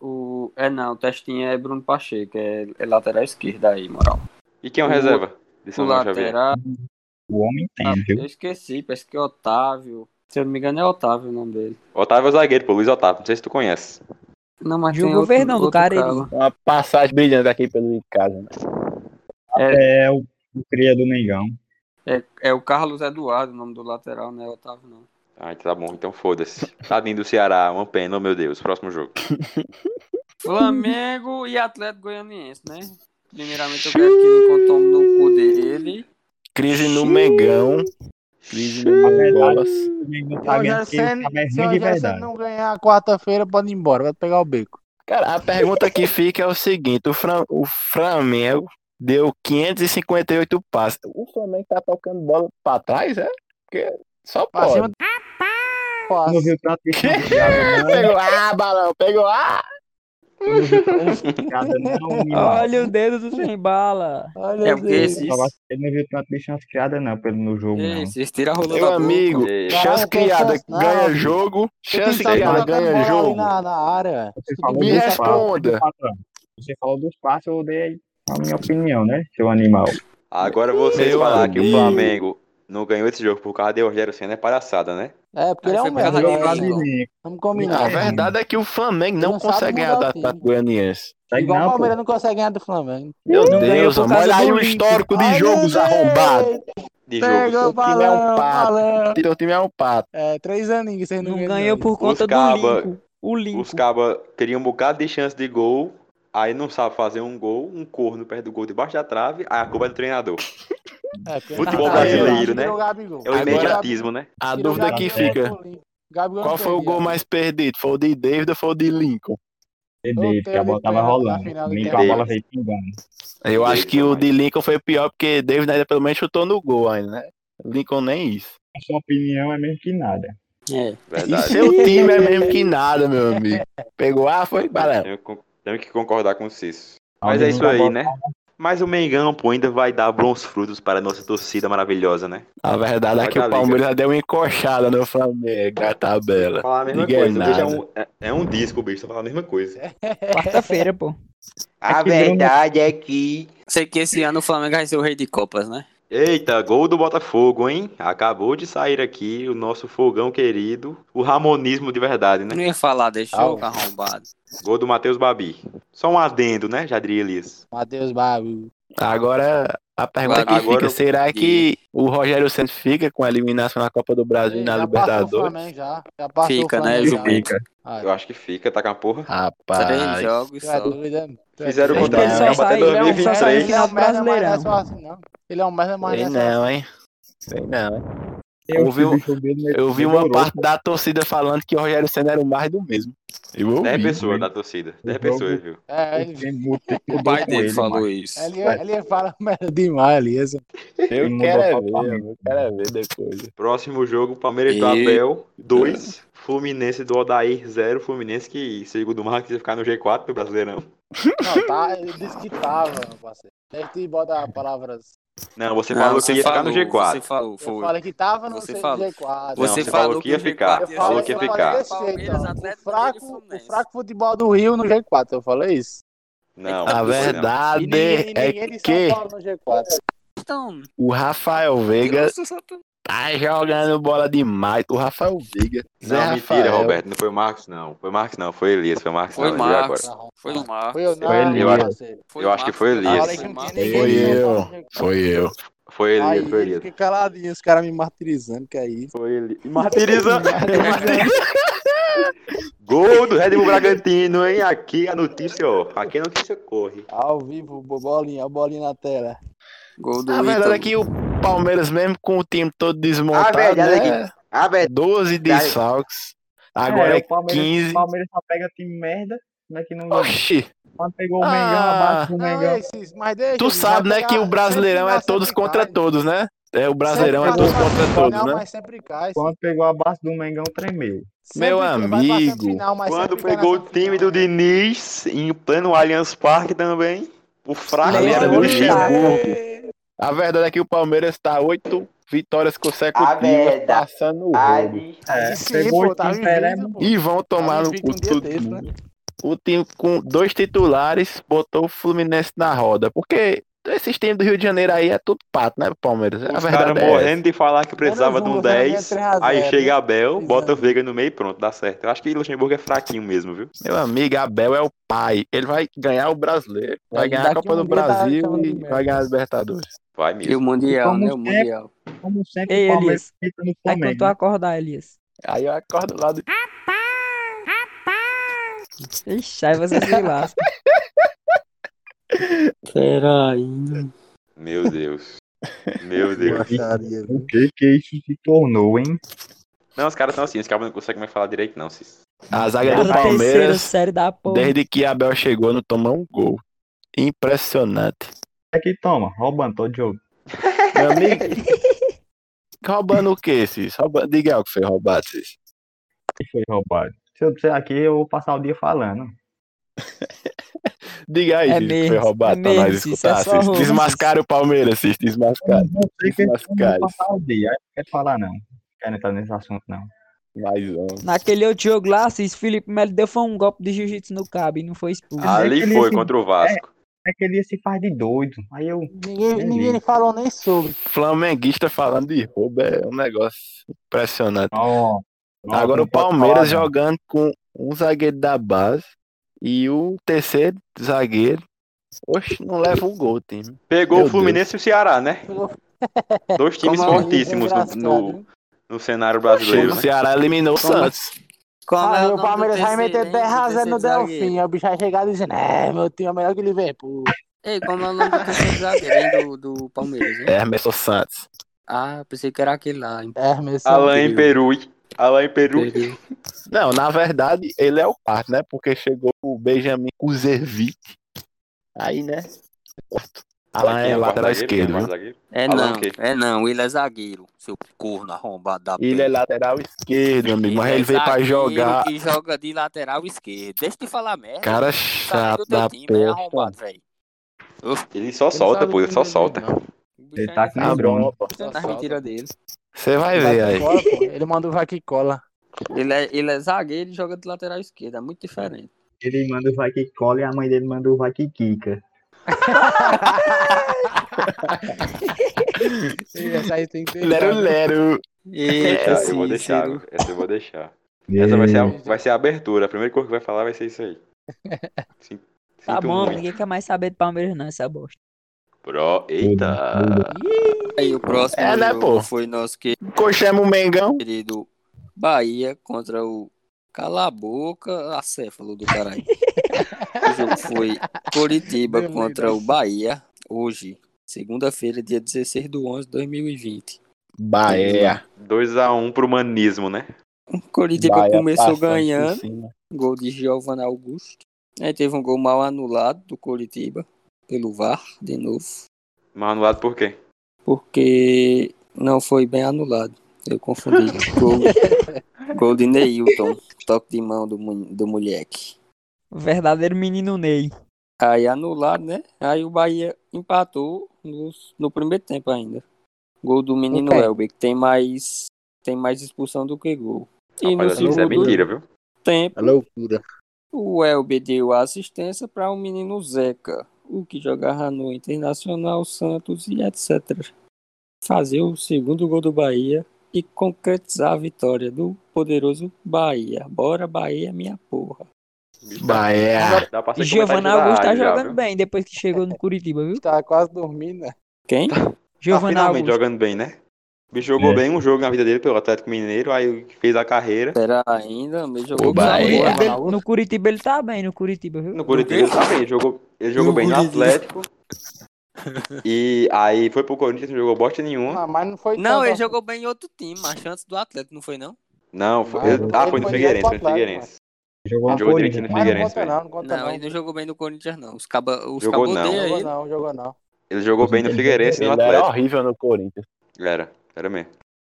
C: O... É não, o testinho é Bruno Pacheco, é, é lateral esquerda aí, moral.
F: E quem é o
C: o-
F: reserva de
C: O
F: Samuel Xavier?
C: lateral.
G: O homem tem,
D: Ah,
G: viu?
C: Ah, Eu esqueci, parece que é Otávio. Se eu não me engano, é Otávio o nome dele.
F: Otávio é o zagueiro, pô. Luiz Otávio. Não sei se tu conhece.
C: Não, mas
D: Jogou
C: tem outro,
D: Verdão do
C: outro
D: Cariri.
C: cara.
H: Uma passagem brilhante aqui pelo Icasa. Né?
G: É o, o cria do Mengão.
C: É o Carlos Eduardo, o nome do lateral, não é Otávio, não.
F: Ah, então tá bom. Então foda-se. Tadinho do Ceará. Uma pena, oh, meu Deus. Próximo jogo.
C: Flamengo e Atlético Goianiense, né? Primeiramente, eu quero que Lincoln tome no cu dele.
H: Crise no Mengão. Crise
G: A
H: no Mengão.
D: é
G: verdade, o Mengão tá
E: Se o
G: ganhando,
E: Rogério
G: porque ele tá
E: é Senna- se
G: ganhando
E: o
G: de
E: Rogério
G: verdade.
E: Senna não ganhar quarta-feira, pode ir embora, vai pegar o beco.
H: Cara, a pergunta que fica é o seguinte: o, Flam- o Flamengo deu 558 passes. O Flamengo tá tocando bola pra trás, é? Porque só
E: Pra cima
H: pode.
E: do... Rapaz!
G: Não viu tanto isso do Thiago, não.
H: Pegou, ah, balão, pegou, ah!
G: Não viu tanto isso do Thiago, não, menino.
D: Olha o dedo do sem bala.
E: Olha
C: É porque
E: Deus.
C: esses.
G: Eu acho que Ele não viu tanto de chance criada, não, pelo no jogo, não.
C: Esses, tira a rola
H: Meu
C: da boca.
H: amigo,
F: E-
H: chance
E: Caralho, tem
H: criada
E: chance não,
H: ganha
E: filho.
H: jogo, chance
E: Quem tá
H: criada
E: jogando
H: ganha
E: bola ali
H: jogo.
E: Na, na área.
G: Você falou
H: Me
G: dos
H: responda.
G: passos, patrão. Você falou dos passos, eu dei a minha opinião, né, seu animal?
F: Agora vocês
H: Meu
F: falar que o
H: amigo.
F: Flamengo não ganhou esse jogo por causa de Rogério Senna é palhaçada, né?
E: É, porque
C: Aí
E: ele é
C: foi
E: um
C: pela
E: merda.
G: Jogo
E: né,
C: Raquel,
G: lá de
C: então.
E: Lincoln?
G: mim.
E: Vamos combinar. né?
H: A
G: É.
H: verdade é que o Flamengo não,
E: Não sabe
H: consegue ganhar
E: mudar o
H: da
E: time.
H: Atlético Goianiense.
G: Segue
E: Igual o
G: Tá não, pô.
E: Palmeiras não consegue ganhar do Flamengo.
H: Meu
D: Não ganhou
H: Deus,
D: por
H: amor,
D: causa
H: olha aí
D: do
H: o
D: Inter.
H: histórico de
E: Olha
H: jogos
E: aí!
H: arrombados.
F: De
E: Pega
F: jogo.
E: o
H: O time é um
E: balão,
H: pato.
E: balão.
H: Teu time é um pato.
E: É, três aninhos, vocês não
D: Não
E: ganham.
D: ganhou por conta do
F: caba-
D: Lincoln. O Lincoln.
F: Os cabas teriam um bocado de chance de gol. Aí não sabe fazer um gol, um corno perto do gol debaixo da trave, aí a culpa é do treinador.
E: É,
F: Futebol brasileiro, né?
E: Tirou o Gabigol.
F: É o
H: Agora-
F: imediatismo, né?
H: A
E: Tirou o
H: dúvida que
E: Gabigol,
H: fica:
E: Gabigol. Gabigol
H: qual foi o
E: perdia.
H: gol mais perdido? Foi o de David ou foi o de Lincoln?
G: Dedei, porque a
E: Taylor
G: bola tava
E: Taylor na
G: rolando.
E: final do
G: Nem com a
E: campeonato.
G: bola veio pingando.
H: Eu acho que
F: Lincoln,
H: o de Lincoln foi pior, porque David ainda pelo menos chutou no gol ainda, né? Lincoln nem isso.
G: A sua opinião é mesmo que nada.
C: É.
H: E
F: Verdade.
H: seu time é mesmo que nada, meu amigo. Pegou ar, foi balão.
F: Tenho, con- tenho que concordar com o Cício.
G: A
F: Mas
G: Alves
F: é isso
G: nunca
F: aí,
G: bota-
F: né? Mas o Mengão, pô, ainda vai dar bons frutos para a nossa torcida maravilhosa, né?
H: A verdade é
F: Vai
H: que
F: dar
H: o
F: liga.
H: Palmeiras já deu uma encoxada no Flamengo, a tabela.
F: Falar a mesma
H: Ninguém
F: coisa. O bicho é
H: nada. É,
F: um, é, é um disco, o bicho. Tá falando a mesma coisa.
D: Quarta-feira, pô.
G: A verdade
F: é que.
C: Sei que esse ano o Flamengo vai ser o rei de Copas, né?
F: Eita, gol do Botafogo, hein? Acabou de sair aqui o nosso fogão querido. O Ramonismo de verdade,
C: Eu
F: né?
C: não ia falar desse
E: Ah,
C: jogo arrombado.
F: Gol do Matheus Babi. Só um adendo, né, Jadri Elias?
E: Matheus Babi.
H: Agora, a pergunta
C: Agora-
H: que fica,
F: agora-
H: será que o Rogério Santos fica com a eliminação na Copa do Brasil e na
E: já passou o
H: Libertadores?
E: Flamengo já. Já passou
C: Fica,
E: o
C: né,
E: Flamengo já.
C: Jubi?
G: Fica.
E: Ah,
F: Eu acho que fica, tá com a porra.
C: Três
H: Rapaz,
C: jogos
E: Tu é
C: só.
E: doido, é? Tu é
F: Fizeram
E: doido.
H: contra
E: Ele
H: o
E: é um
H: Real
D: só
F: Madrid
D: sai, ele é um só sai em
F: 2023.
D: final do
E: merda, mas não é
D: Brasileirão.
E: só assim, não. Ele é um merda, mas
H: sei
E: não é só
H: um não, hein? Sei não, hein?
G: Eu,
H: Eu vi um- Eu vi uma
G: parte
H: parte da torcida falando que o Rogério Senna era o mais do mesmo. Eu ouvi.
F: 10 pessoas
G: hein?
F: da torcida. 10
G: O
F: pessoas,
G: jogo-
F: viu?
E: É,
G: Eu
E: ele,
G: fiquei muito tempo
C: O pai
G: com
C: dele
G: ele,
C: falou
G: mano.
C: isso.
E: ele, ele fala merda demais é ali. Esse.
H: Eu
G: Ele
H: quero
G: mudou
H: é ver,
G: totalmente.
H: eu quero é ver depois.
F: Próximo jogo, Palmeiras do
C: E-
F: Abel, 2. Fluminense do Odair, 0. Fluminense que, segundo o Marcos, ia ficar no G4 do Brasileirão.
E: Não, tá, ele disse que tava, meu parceiro. Deve ter botado palavras.
F: Não, você
C: Não,
F: falou que ia ficar no
C: Você
F: G4.
C: falou,
E: Eu
C: foi.
E: falei que tava no
C: Você
E: C-
C: falou.
E: G4.
F: Não,
C: Você,
F: você
C: falou que ia ficar.
E: Eu falei,
F: falou
E: eu
F: que ia
E: falei
F: ficar.
E: desse jeito,
C: Palmeiras,
E: ó. o,
C: Atlético Mineiro e
E: fraco, o
C: Fluminense.
E: fraco futebol do Rio no G4, eu falei isso.
F: Não,
H: A
F: não foi, não.
H: verdade
E: E ninguém, e ninguém
H: é
E: de
H: que
E: São Paulo no G4.
C: Então,
H: o Rafael Veiga
C: Deus, eu só tô-
H: tá jogando bola demais. O Rafael Veiga. Zé
F: Não,
H: Rafael.
F: mentira, Roberto. Não foi o Marcos, não. Foi o Marcos, não. Foi o Elias. Foi o Marcos,
C: Foi
F: não. lembrei
C: Marcos.
F: agora.
C: Foi o Marcos.
E: Foi eu, não,
G: Foi ele,
E: meu
F: eu acho.
E: parceiro.
F: Eu acho que foi
C: o Marcos,
F: Elias.
E: Falei que não tinha
C: Marcos.
E: ninguém
H: Foi
E: de São
H: eu.
E: Paulo no G4.
H: Foi eu.
F: Foi o Elias,
E: Aí
F: foi o
E: ele
F: Elias.
E: fica caladinho, os caras me martirizando, que é isso.
F: Foi ele. E martiriza. Gol do Red Bull Bragantino, hein? Aqui a notícia, ó. Aqui a notícia corre.
E: Ao vivo, bo- bolinha, ó, bolinha na tela.
C: Gol do
H: A verdade
C: Ítalo.
H: é que o Palmeiras, mesmo com o time todo
E: Tá
H: desmontado,
E: é
F: verdade
H: né?
F: Ah, velho.
H: 12 desfalques. Agora
G: É,
H: é,
G: o Palmeiras,
H: 15.
G: o Palmeiras só pega time merda, né? Que não
H: Oxi,
G: Quando pegou o
H: Ah.
G: Mengão, abaixo do
E: Não,
G: Mengão.
E: esses, mas deixa,
H: tu
E: eles
H: sabe,
E: vai
H: né, que
E: pegar-
H: o Brasileirão
E: sempre
H: é
E: vai,
H: todos
E: sempre
H: contra
E: vai.
H: todos, né? É, o Brasileirão é
E: Sempre
H: todos
E: vai,
H: contra
E: sempre vai,
H: todos,
E: não,
H: né?
E: Mas sempre cai.
G: Quando pegou abaixo do Mengão, tremeu.
H: Meu amigo,
F: Quando pegou o time do
E: Diniz.
F: Diniz em plano Allianz Parque também. O fraco
H: Agora
F: era
H: é
F: do
H: o
F: Luxemburgo.
H: A verdade é que o Palmeiras tá 8 vitórias consecutivas, passando o roubo.
G: É,
E: Sim,
G: pegou
E: pô,
G: o
E: tá
G: time Perema.
C: né,
E: invicto, pô.
H: E vão tomar
E: Tava
H: no
E: invicto
H: cu
E: um dia
H: tudo.
E: desse, né?
H: O time com dois titulares botou o Fluminense na roda. Porque esses times do Rio de Janeiro aí é tudo pato, né, Palmeiras? A
F: Os caras
H: verdade é essa.
F: morrendo de falar que precisava de
E: Menos um,
F: um
E: o Flamengo
F: 10.
E: ganha 3 a 0,
F: Aí
E: né?
F: chega Abel,
E: Precisando.
F: bota o Veiga no meio e pronto, dá certo. Eu acho que o Luxemburgo é fraquinho mesmo, viu?
H: Meu amigo, Abel é o pai. Ele vai ganhar o brasileiro, vai
E: Daqui-
H: ganhar a
E: daqui
H: Copa
E: um
H: do
E: dia tá
H: Brasil
E: chamando de
H: e
E: merda.
H: vai ganhar a Libertadores.
F: Vai
C: E o
F: mesmo.
C: Mundial,
G: Como
C: né? O
G: sempre.
C: Mundial.
G: Como sempre,
D: Ei,
G: o Palmeiras né?
D: Elias.
G: fica
F: é
G: no
D: Aí É quando
G: Flamengo.
D: tu acordar, Elias.
H: Aí eu acordo lá do.
D: Ixi, aí você se lasca.
C: Será ainda?
F: Meu Deus. Meu Deus.
E: Baixaria,
G: O
E: viu?
G: que que isso se tornou, hein?
F: Não, os caras estão assim, os caras não conseguem mais falar direito, não. Cis.
E: Ah,
H: A zaga do
D: Cara, terceira
H: Palmeiras,
D: série da porra.
H: desde que Abel chegou, não tomou um gol. Impressionante.
G: É que toma, roubando todo jogo.
H: Meu amigo. roubando o que, Cis? Rouba... Diga aí o que foi roubado, Cis.
G: que Foi roubado. Se eu disser aqui, eu vou passar o dia falando.
H: Diga aí,
D: É
H: Cis, que foi
D: mesmo, é
H: roubado pra
D: mesmo,
H: nós
D: Cis,
H: escutar,
D: é só
H: Cis.
D: roubo,
H: Desmascara o Palmeiras, Cis.
G: Eu
H: Desmascara.
G: não sei que eu
H: Desmascara.
G: vou passar o dia. Eu não quero falar, não. Não quero entrar nesse assunto, não.
H: Mais um.
D: Naquele outro jogo lá, Cis, Felipe Melo deu foi um golpe de jiu-jitsu no cabo e não foi expulso.
G: Ah.
F: Ali foi contra o Vasco.
G: É que ele se faz de doido. Aí eu.
E: Ninguém,
G: Beleza.
E: ninguém falou nem sobre.
H: Flamenguista falando de roubo é um negócio impressionante.
G: Ó. ó,
H: Agora
G: não
H: o
G: pode
H: Palmeiras
G: falar, não.
H: jogando com um zagueiro da base e o terceiro zagueiro. Oxe, não leva um gol, time.
F: Pegou
H: Meu
F: o Fluminense e o Ceará, né? Dois times
C: Como é?
F: fortíssimos no,
E: Engraçado,
F: no,
E: viu?
F: no cenário
H: Chega,
G: Tá
F: brasileiro,
H: o
F: né?
H: Ceará eliminou o
D: Toma.
H: Santos.
C: Como é
I: Aí
C: o
I: o
C: nome do
I: Palmeiras vai meter
C: terceiro, hein?
I: 10x0 no
C: Terceiro zagueiro.
I: Delfim. Aí o bicho vai chegar dizendo: É, meu time é melhor que o Liverpool.
C: Ei, como é o nome do terceiro zagueiro, hein, do, do Palmeiras, hein?
H: É, Emerson Santos.
C: Ah, pensei que era aquele lá. hein?
I: É, meu
H: um
F: Alain Perui. Alain Perui.
C: Perdi.
H: Não, na verdade, ele é o quarto, né? Porque chegou o Benjamin Kuzervich. Aí, né? Quarto. Alain é
B: né?
H: lateral esquerdo,
G: né?
H: viu?
C: É
F: Alan
C: não,
F: o quê?
C: é não, ele é zagueiro, seu corno arrombado da
H: Ele
C: peste.
H: é lateral esquerdo, meu amigo. Mas ele veio pra
C: zagueiro
H: jogar.
C: que joga de lateral esquerdo. Deixa de falar merda. Sai
H: Cara chato
C: do teu
H: da
C: time, é
H: porra.
C: arrombado, velho.
B: Ele só solta, pô, ele só solta.
E: né?
G: Ele tá com
H: Tá
G: a
H: bom,
G: Bruno.
H: pô.
C: é Tá mentira dele.
H: Você vai ver aí.
I: Ele manda o vai que cola.
C: Ele é, ele é zagueiro e joga de lateral esquerdo. É muito diferente.
G: Ele manda o vai que cola e a mãe dele manda o vai que quica.
E: Essa aí tem que ter.
H: Lero, lero. É,
C: Eita,
B: Tá, eu vou deixar,
C: Cícero.
B: essa eu vou deixar. Essa vai ser, a, vai ser a abertura. A primeira coisa que vai falar vai ser isso aí. Sim-
D: Tá
B: sinto
D: bom,
B: muito.
D: ninguém quer mais saber de Palmeiras, não, essa bosta.
B: Pro, eita.
C: Aí o próximo
H: É, né,
C: jogo
H: pô?
C: foi nosso
H: Coxemos o Mengão.
C: querido Bahia contra o Cala a boca, acéfalo do caralho. o jogo foi Curitiba
E: Meu
C: contra o Bahia, hoje, segunda-feira, dia 16 do 11 de 2020.
H: Ah, Bahia.
F: 2x1 pro manismo, né?
C: Curitiba
H: Bahia
C: começou
G: tá
H: passando por
C: ganhando,
H: cima.
C: gol de Giovanni Augusto. Aí teve um gol mal anulado do Curitiba, pelo VAR, de novo,
F: Mas anulado por quê?
C: porque não foi bem anulado. Eu confundi. gol, gol de Neilton, toque de mão do, mu- do moleque.
D: O verdadeiro menino Ney.
C: Aí anulado, né? Aí o Bahia empatou no, no primeiro tempo ainda. Gol do menino
I: Ok.
C: Elber, que tem mais, tem mais expulsão do que gol. E no
F: Rapaz, assim, isso é
C: segundo
F: mentira, viu?
C: tempo,
E: É loucura.
C: o Elber deu a assistência para o menino Zeca, o que jogava no Internacional, Santos e etc. Fazer o segundo gol do Bahia e concretizar a vitória do poderoso Bahia. Bora, Bahia, minha porra.
H: Bahia.
F: Dá pra ser
D: Giovanni
F: comentarista da
D: Augusto tá
F: rádio já,
D: jogando
F: viu?
D: bem depois que chegou no Curitiba, viu?
E: Tá quase dormindo, né?
C: Quem?
F: Tá
D: Giovanni
F: finalmente
D: Augusto.
F: jogando bem, né? O bicho jogou
G: É.
F: bem um jogo na vida dele pelo Atlético Mineiro, aí fez a carreira.
C: Será ainda? Me jogou
H: O
C: com a
H: Bahia.
C: bola.
D: Ele- No Curitiba ele tá bem, no Curitiba, viu?
F: No Curitiba ele tá bem, ele jogou, ele jogou bem no Atlético. E aí foi pro Corinthians, não jogou bosta nenhuma.
E: Ah, mas não foi
C: Não,
E: tanto,
C: ele
E: ó.
C: jogou bem em outro time, mas chance do Atlético, não foi não?
F: Não, foi,
E: Mas
F: ele- ah, foi no
E: foi
F: Figueirense,
E: direto
F: foi
E: pro
F: no Figueirense.
G: Jogou né? no
F: Jogou
G: Corinthians.
F: direitinho no
E: Mas não
F: Figueirense,
E: conta
F: velho.
E: não, não conta
C: Não,
E: não.
C: ele não jogou bem no Corinthians, não. Os caba, os
F: Jogou
C: caba
F: não.
C: odeiam
E: Jogou
C: ele.
E: não, jogou não.
F: Ele jogou bem no Figueirense e no
H: Ele era
F: Atlético.
H: horrível no Corinthians.
F: Era, era mesmo.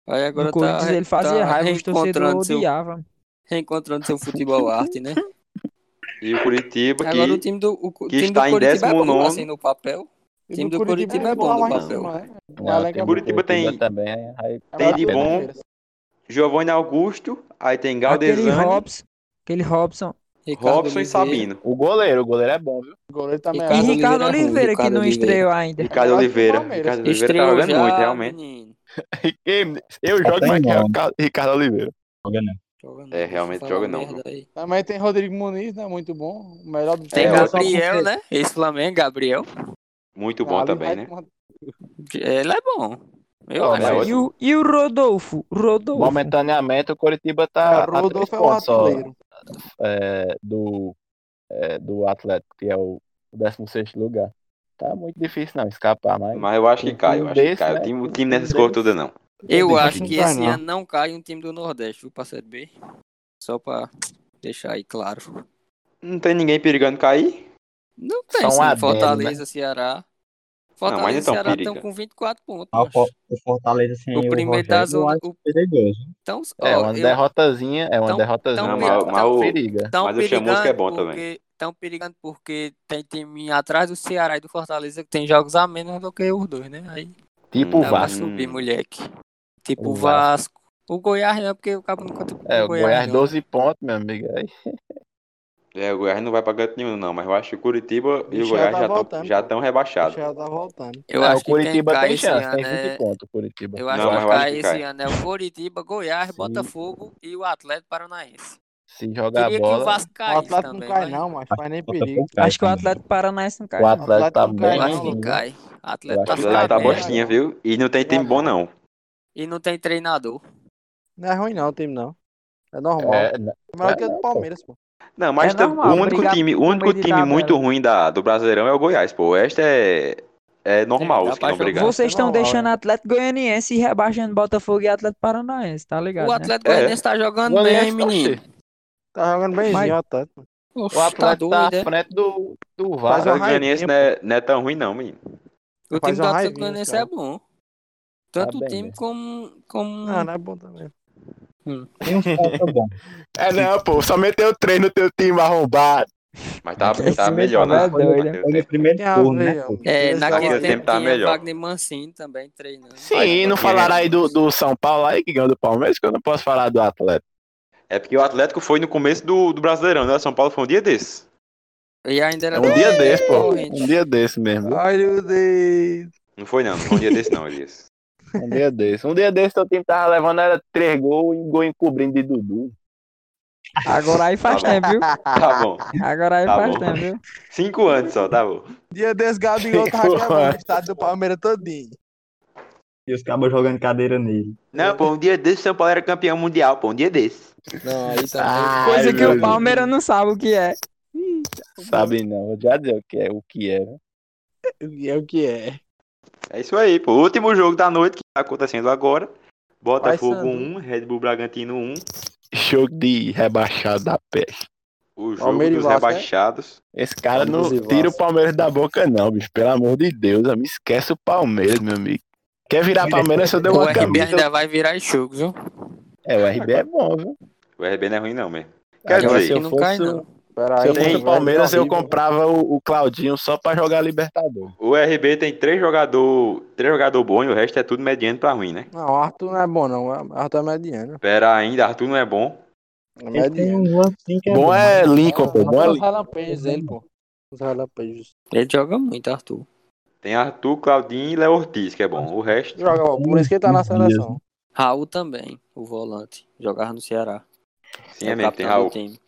C: Aí agora
D: No Corinthians
C: tá,
D: ele fazia
C: tá
D: raiva, os
C: reencontrando,
D: torcedores
C: seu,
D: odiavam.
C: reencontrando seu futebol arte, né?
F: E o Curitiba que...
C: Agora o time do, o,
F: que
C: time
F: está
C: do
F: em
C: Coritiba é bom,
F: 19º.
C: assim, no papel. O time do Curitiba é
E: lá
C: bom no
E: mais
C: papel.
E: cima, né? O
H: Não,
E: Alec
H: tem
E: é bom.
F: Curitiba tem-
H: também. é- aí-
E: É
F: tem de
E: melhor que o
F: bom.
E: Palmeiras.
F: Giovanni Augusto, aí tem
D: Aquele
F: Galdesani,
D: Robson, aquele Robson.
C: Ricardo
F: Robson e
C: Oliveira.
F: Sabino.
H: O goleiro, o goleiro é bom, viu?
E: O goleiro também
D: E
C: Ricardo
E: é bom.
D: Ricardo
C: Oliveira é ruim,
D: Oliveira, que
C: Ricardo
D: não
C: Oliveira.
D: estreou ainda.
F: Ricardo
E: Eu acho que o
F: Oliveira.
E: Palmeiras
F: Ricardo Oliveira tá
C: Estreou
F: jogando
C: já,
F: muito, realmente.
C: menino.
H: Eu jogo
G: Até
H: mais que
G: não.
H: Ricardo- Ricardo Oliveira.
G: Joga não.
C: Joga não,
F: É,
C: deixa eu
F: realmente
C: falar
F: joga não,
C: merda
F: viu?
C: aí.
E: Também tem Rodrigo Muniz, né? Muito bom. O melhor do
C: Tem
F: É,
E: time.
C: Gabriel, né? Esse Flamengo, Gabriel.
F: Muito
E: Ah,
F: bom
E: ali
F: também,
E: vai
F: né?
E: com-
C: Ele é bom. Eu
H: Não,
C: acho.
F: mas- é
D: E o, e o Rodolfo? Rodolfo.
H: Momentaneamente, o Coritiba tá
E: Ah,
H: a três
E: Rodolfo é um
H: pontos só,
E: artilheiro.
H: é, do, é, do Atlético, que é o 16 lugar. Tá muito difícil não escapar, mas...
F: Mas eu acho que
H: Um
F: cai, eu
H: time
F: acho que
H: desse,
F: cai.
H: né?
F: O time, o
H: Um
F: time
H: time
F: nessas
H: desse.
F: coisas todas não.
C: Eu
E: Rodolfo
C: acho
E: não
C: que
E: cai,
C: esse
E: não.
C: ano não cai um time do Nordeste, viu, parceiro B? Só pra deixar aí claro.
F: Não tem ninguém perigando cair.
C: Não tem,
H: Só um
C: sim.
H: adendo,
G: né?
C: Fortaleza, Ceará.
F: mas
C: Fortaleza e
F: então,
C: Ceará
F: periga.
C: estão com 24 pontos.
G: Ah, O
C: macho.
G: Fo- o Fortaleza sem
C: O
G: o
C: primeiro
G: Rogério,
C: tá da
G: eu
C: zona.
G: acho
C: O,
G: perigoso.
C: então,
H: É, uma derrotazinha, é uma
C: tão-
H: derrotazinha,
C: tão
H: mas
C: meio-
H: uma
C: tão-
H: periga.
C: estão
F: Mas o
C: perigando.
F: Chamusca é bom também.
C: Estão perigando porque tem time atrás do Ceará e do Fortaleza que tem jogos a menos do que os dois, né? Aí
H: Tipo o
C: dá pra
H: Vasco.
C: subir,
F: Hum.
C: moleque. Tipo o
H: O
C: Vasco. O Goiás não, porque o cabo não conta com
H: É, o Goiás
C: não.
H: 12 pontos, meu amigo. Aí
F: É, o Goiás não vai pra canto nenhum, não. Mas eu acho que o Curitiba e o
E: Bicho,
F: Goiás
E: já tá
F: já tão-
E: voltando,
F: já
E: pô.
F: estão rebaixados.
E: Já tá voltando.
C: Eu
H: Ah,
C: acho
H: o
C: que quem
H: Curitiba
C: cai
H: tem
C: esse
H: chance, tem
C: ano
H: 20
C: é-
H: pontos, o Curitiba.
C: Eu acho
F: Não,
C: que
F: mas eu
C: vai
F: acho
C: cair
F: que
C: esse
F: cai.
C: ano é o Curitiba, Goiás,
H: Sim.
C: Botafogo e o Atlético Paranaense.
H: Se jogar
C: Queria
H: a
C: que o
H: bola,
C: Vasco
E: o
C: caísse
E: Atlético não
C: também,
E: cai,
C: mas
E: não, mas faz nem
C: né?
G: Falta
E: perigo.
G: pouco, cara,
D: Acho que o
G: também.
D: Atlético Paranaense não cai.
H: o
D: não.
H: Atlético tá
E: Atlético não cai,
H: bem
C: eu acho
E: não,
C: que
H: ruim.
C: cai. O
H: Eu
C: Atlético
H: acho
F: O
C: tá
H: que
F: Atlético
C: ficando
F: tá
E: cai,
C: merda
F: bostinha, viu? E não tem time bom, não.
C: e não tem treinador.
E: Não é ruim, não, o time não. É normal. É,
H: É, n-
E: melhor que a do Palmeiras, pô.
F: Não, mas
D: É
F: tam-
D: normal,
F: o único
D: brigar
F: time, o
D: por
F: único
D: meio de
F: time
D: tabela.
F: muito ruim da, do Brasileirão é o Goiás, pô. O resto é, é normal
C: dá
F: os que
C: pra
F: não
C: jogar.
F: brigar.
D: Vocês estão
E: normal, né?
D: deixando Atlético Goianiense e rebaixando Botafogo e Atlético Paranaense, tá ligado,
C: O
D: né?
C: Atlético
F: É.
C: Goianiense tá jogando
H: Não,
C: bem,
H: aliás,
C: hein,
H: tá,
C: menino?
E: Tá jogando
D: Mas-
E: bemzinho, ó, tá.
C: Oxe,
H: O
C: tá
H: Atlético
C: doido,
H: tá à
C: é?
H: frente do, do
E: Faz
H: Vasco.
E: uma
F: O Goianiense
E: raivinha,
F: não é, não é tão ruim, não, menino.
E: Faz
C: O time do
E: uma
C: Atlético
E: raivinha,
C: Goianiense
E: cara.
C: é bom. Tanto o
H: bem
C: time
H: mesmo.
C: como. como...
E: Ah, não é bom também.
G: Tem uns pontos bons.
H: É não, pô, só meteu três no teu time arrombado.
F: Mas tá,
D: Esse
F: tá
D: time
F: melhor,
D: tá
F: né?
D: mais doido, né?
F: Naquele
G: Foi no
F: tempo.
G: primeiro
E: Tem a
G: turno,
E: ver,
G: né? pô?
E: ó. Eles
C: É, naquele
E: jogaram-
F: Naquele
C: tempo
F: tempo tava
C: tinha
F: melhor.
C: Wagner Mancini também treinando.
F: Aí,
H: Sim, não
F: porque-
H: falaram aí do, do São Paulo aí que ganhou do Palmeiras, que eu não posso falar do Atlético.
F: É porque o Atlético foi no começo do, do Brasileirão, né? São Paulo foi um dia desse.
C: E ainda era
H: É um dia desse, pô.
C: Corrente.
H: Um dia desse mesmo.
E: Ai, meu Deus.
F: Não foi, não. Não foi um dia desse, não, Elias.
H: Um dia desse. Um dia desse, teu time tava levando era três gols e um gol encobrindo de Dudu.
D: Agora aí faz
F: Tá bom.
D: tempo, viu?
F: Tá bom.
D: Agora aí
F: Tá
D: faz
F: bom.
D: tempo, viu?
F: Cinco anos só, tá bom.
E: Dia desse Gabigol tava
H: Ficou,
E: quebrando
H: mano.
E: o estádio do Palmeiras todinho.
G: E os cabos jogando cadeira nele.
F: Não, pô, um dia desse São Paulo era campeão mundial, pô. Um dia desse.
C: Não, aí também. é
H: Ai,
D: Coisa que
H: meu
D: o Palmeiras não sabe o que é.
H: Deus. Sabe não, vou já dizer o que é, o que é. né?
E: É o que é.
F: É isso aí, pô. Último jogo da noite que tá acontecendo agora. Botafogo
E: Sandu.
F: 1, Red Bull Bragantino 1.
H: Jogo de rebaixado da peste.
F: O jogo
E: Palmeiras e
F: dos
E: Vasco, né?
F: rebaixados.
H: Esse cara não
E: Vamos e
H: tira o
E: Vasco.
H: Palmeiras da boca não, bicho. Pelo amor de Deus, me esquece o Palmeiras, meu amigo. Quer virar Palmeiras, só deu
C: O
H: é uma
C: RB
H: camisa.
C: ainda é vai virar enxugo, viu?
H: É, o RB é bom, viu?
F: O RB não é ruim, não, mesmo.
H: Quer
F: Quer
H: dizer,
F: dizer,
H: se
C: que
H: eu
C: não
H: fosse,
C: cai, não.
E: Pera
H: se
E: aí, tá
H: eu fosse
F: Tem-
H: o Palmeiras, eu comprava o, o Claudinho só pra jogar Libertador.
F: O RB tem três jogador, três jogador bom e o resto é tudo mediano pra ruim, né?
E: Não, o Arthur não é bom, não. O Arthur é mediano.
F: Pera ainda, Arthur não é bom.
E: É
G: Ele tem
E: mediano.
G: um lance assim que é
H: bom é Lincoln, pô. Bom é
E: Os
H: Lincoln.
E: ralampejos dele, pô. Os ralampejos.
C: Ele joga muito, Arthur.
F: Tem Arthur, Claudinho e Léo Ortiz, que é bom. O resto.
E: Joga, ó, por isso que ele tá na seleção.
C: Raul também, o volante. Jogava no Ceará.
F: Sim,
C: É
F: é
C: o
F: mesmo, tem
C: capitão do
F: Raul.
C: time.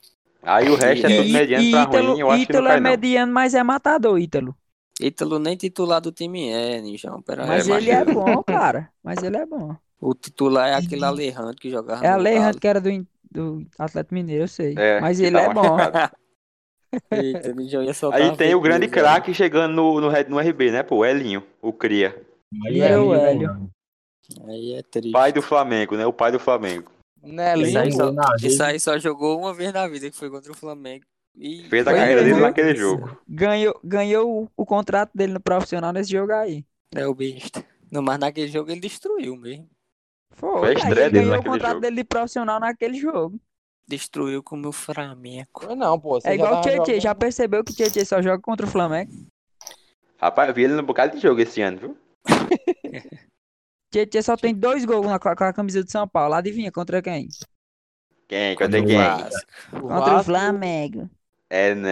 F: Aí o resto é
D: E,
F: tudo mediano
D: e
F: pra
D: Ítalo,
F: ruim, eu acho que não
D: Ítalo
F: cai,
D: é
F: não.
D: mediano, mas é matador, Ítalo.
C: Ítalo nem titular do time é, Nijão. Pera
D: Mas
C: aí.
F: É,
D: ele é
F: machismo.
D: bom, cara. Mas ele é bom.
C: O titular é aquele Alejandro que jogava
D: É a
C: no
D: Lei
C: Galo.
D: que era do, In- do Atlético Mineiro, eu sei.
F: É,
D: Mas
F: que
D: ele
F: tá
D: é bom.
F: machucado.
C: Eita, Nijão ia soltar
F: Aí
C: uma
F: tem o
C: fake
F: grande
C: news aí.
F: craque chegando no, no, Red- no RB, né, pô? O Elinho, o Cria.
G: Aí
D: Meu
G: lindo,
D: Hélio.
G: mano.
C: Aí é triste.
F: Pai do Flamengo, né? O pai do Flamengo.
E: Não é
C: Isso aí,
E: lindo?
G: Não,
C: só,
G: não,
C: isso aí só jogou uma vez na vida, que foi contra o Flamengo. E né?
F: Fez a
D: Foi
F: carreira dele
D: mesmo, viu?
F: naquele jogo.
D: é Ganhou, ganhou o, o contrato dele no profissional nesse jogo aí.
C: É o besta. Não, mas naquele jogo ele destruiu mesmo.
D: Foi,
F: Foi a
D: cara,
F: estreia
D: ele
F: dele
D: ganhou o
F: naquele
D: contrato
F: jogo.
D: dele de profissional naquele jogo.
C: Destruiu com o meu Flamengo.
E: Foi não, pô. Você
D: É
E: já
D: igual o
E: tava
D: Tietchan,
E: jogando.
D: já percebeu que o Tietchan só joga contra o Flamengo?
F: Rapaz, eu vi ele no bocado de jogo esse ano, viu?
D: Tietchan só tem dois gols na, com a- com a camisa do São Paulo. Adivinha contra quem?
F: Quem?
C: Contra
F: Cadê
C: o
F: quem?
C: Vasco.
E: O
D: Contra o
E: Vasco,
D: Flamengo.
F: É, não.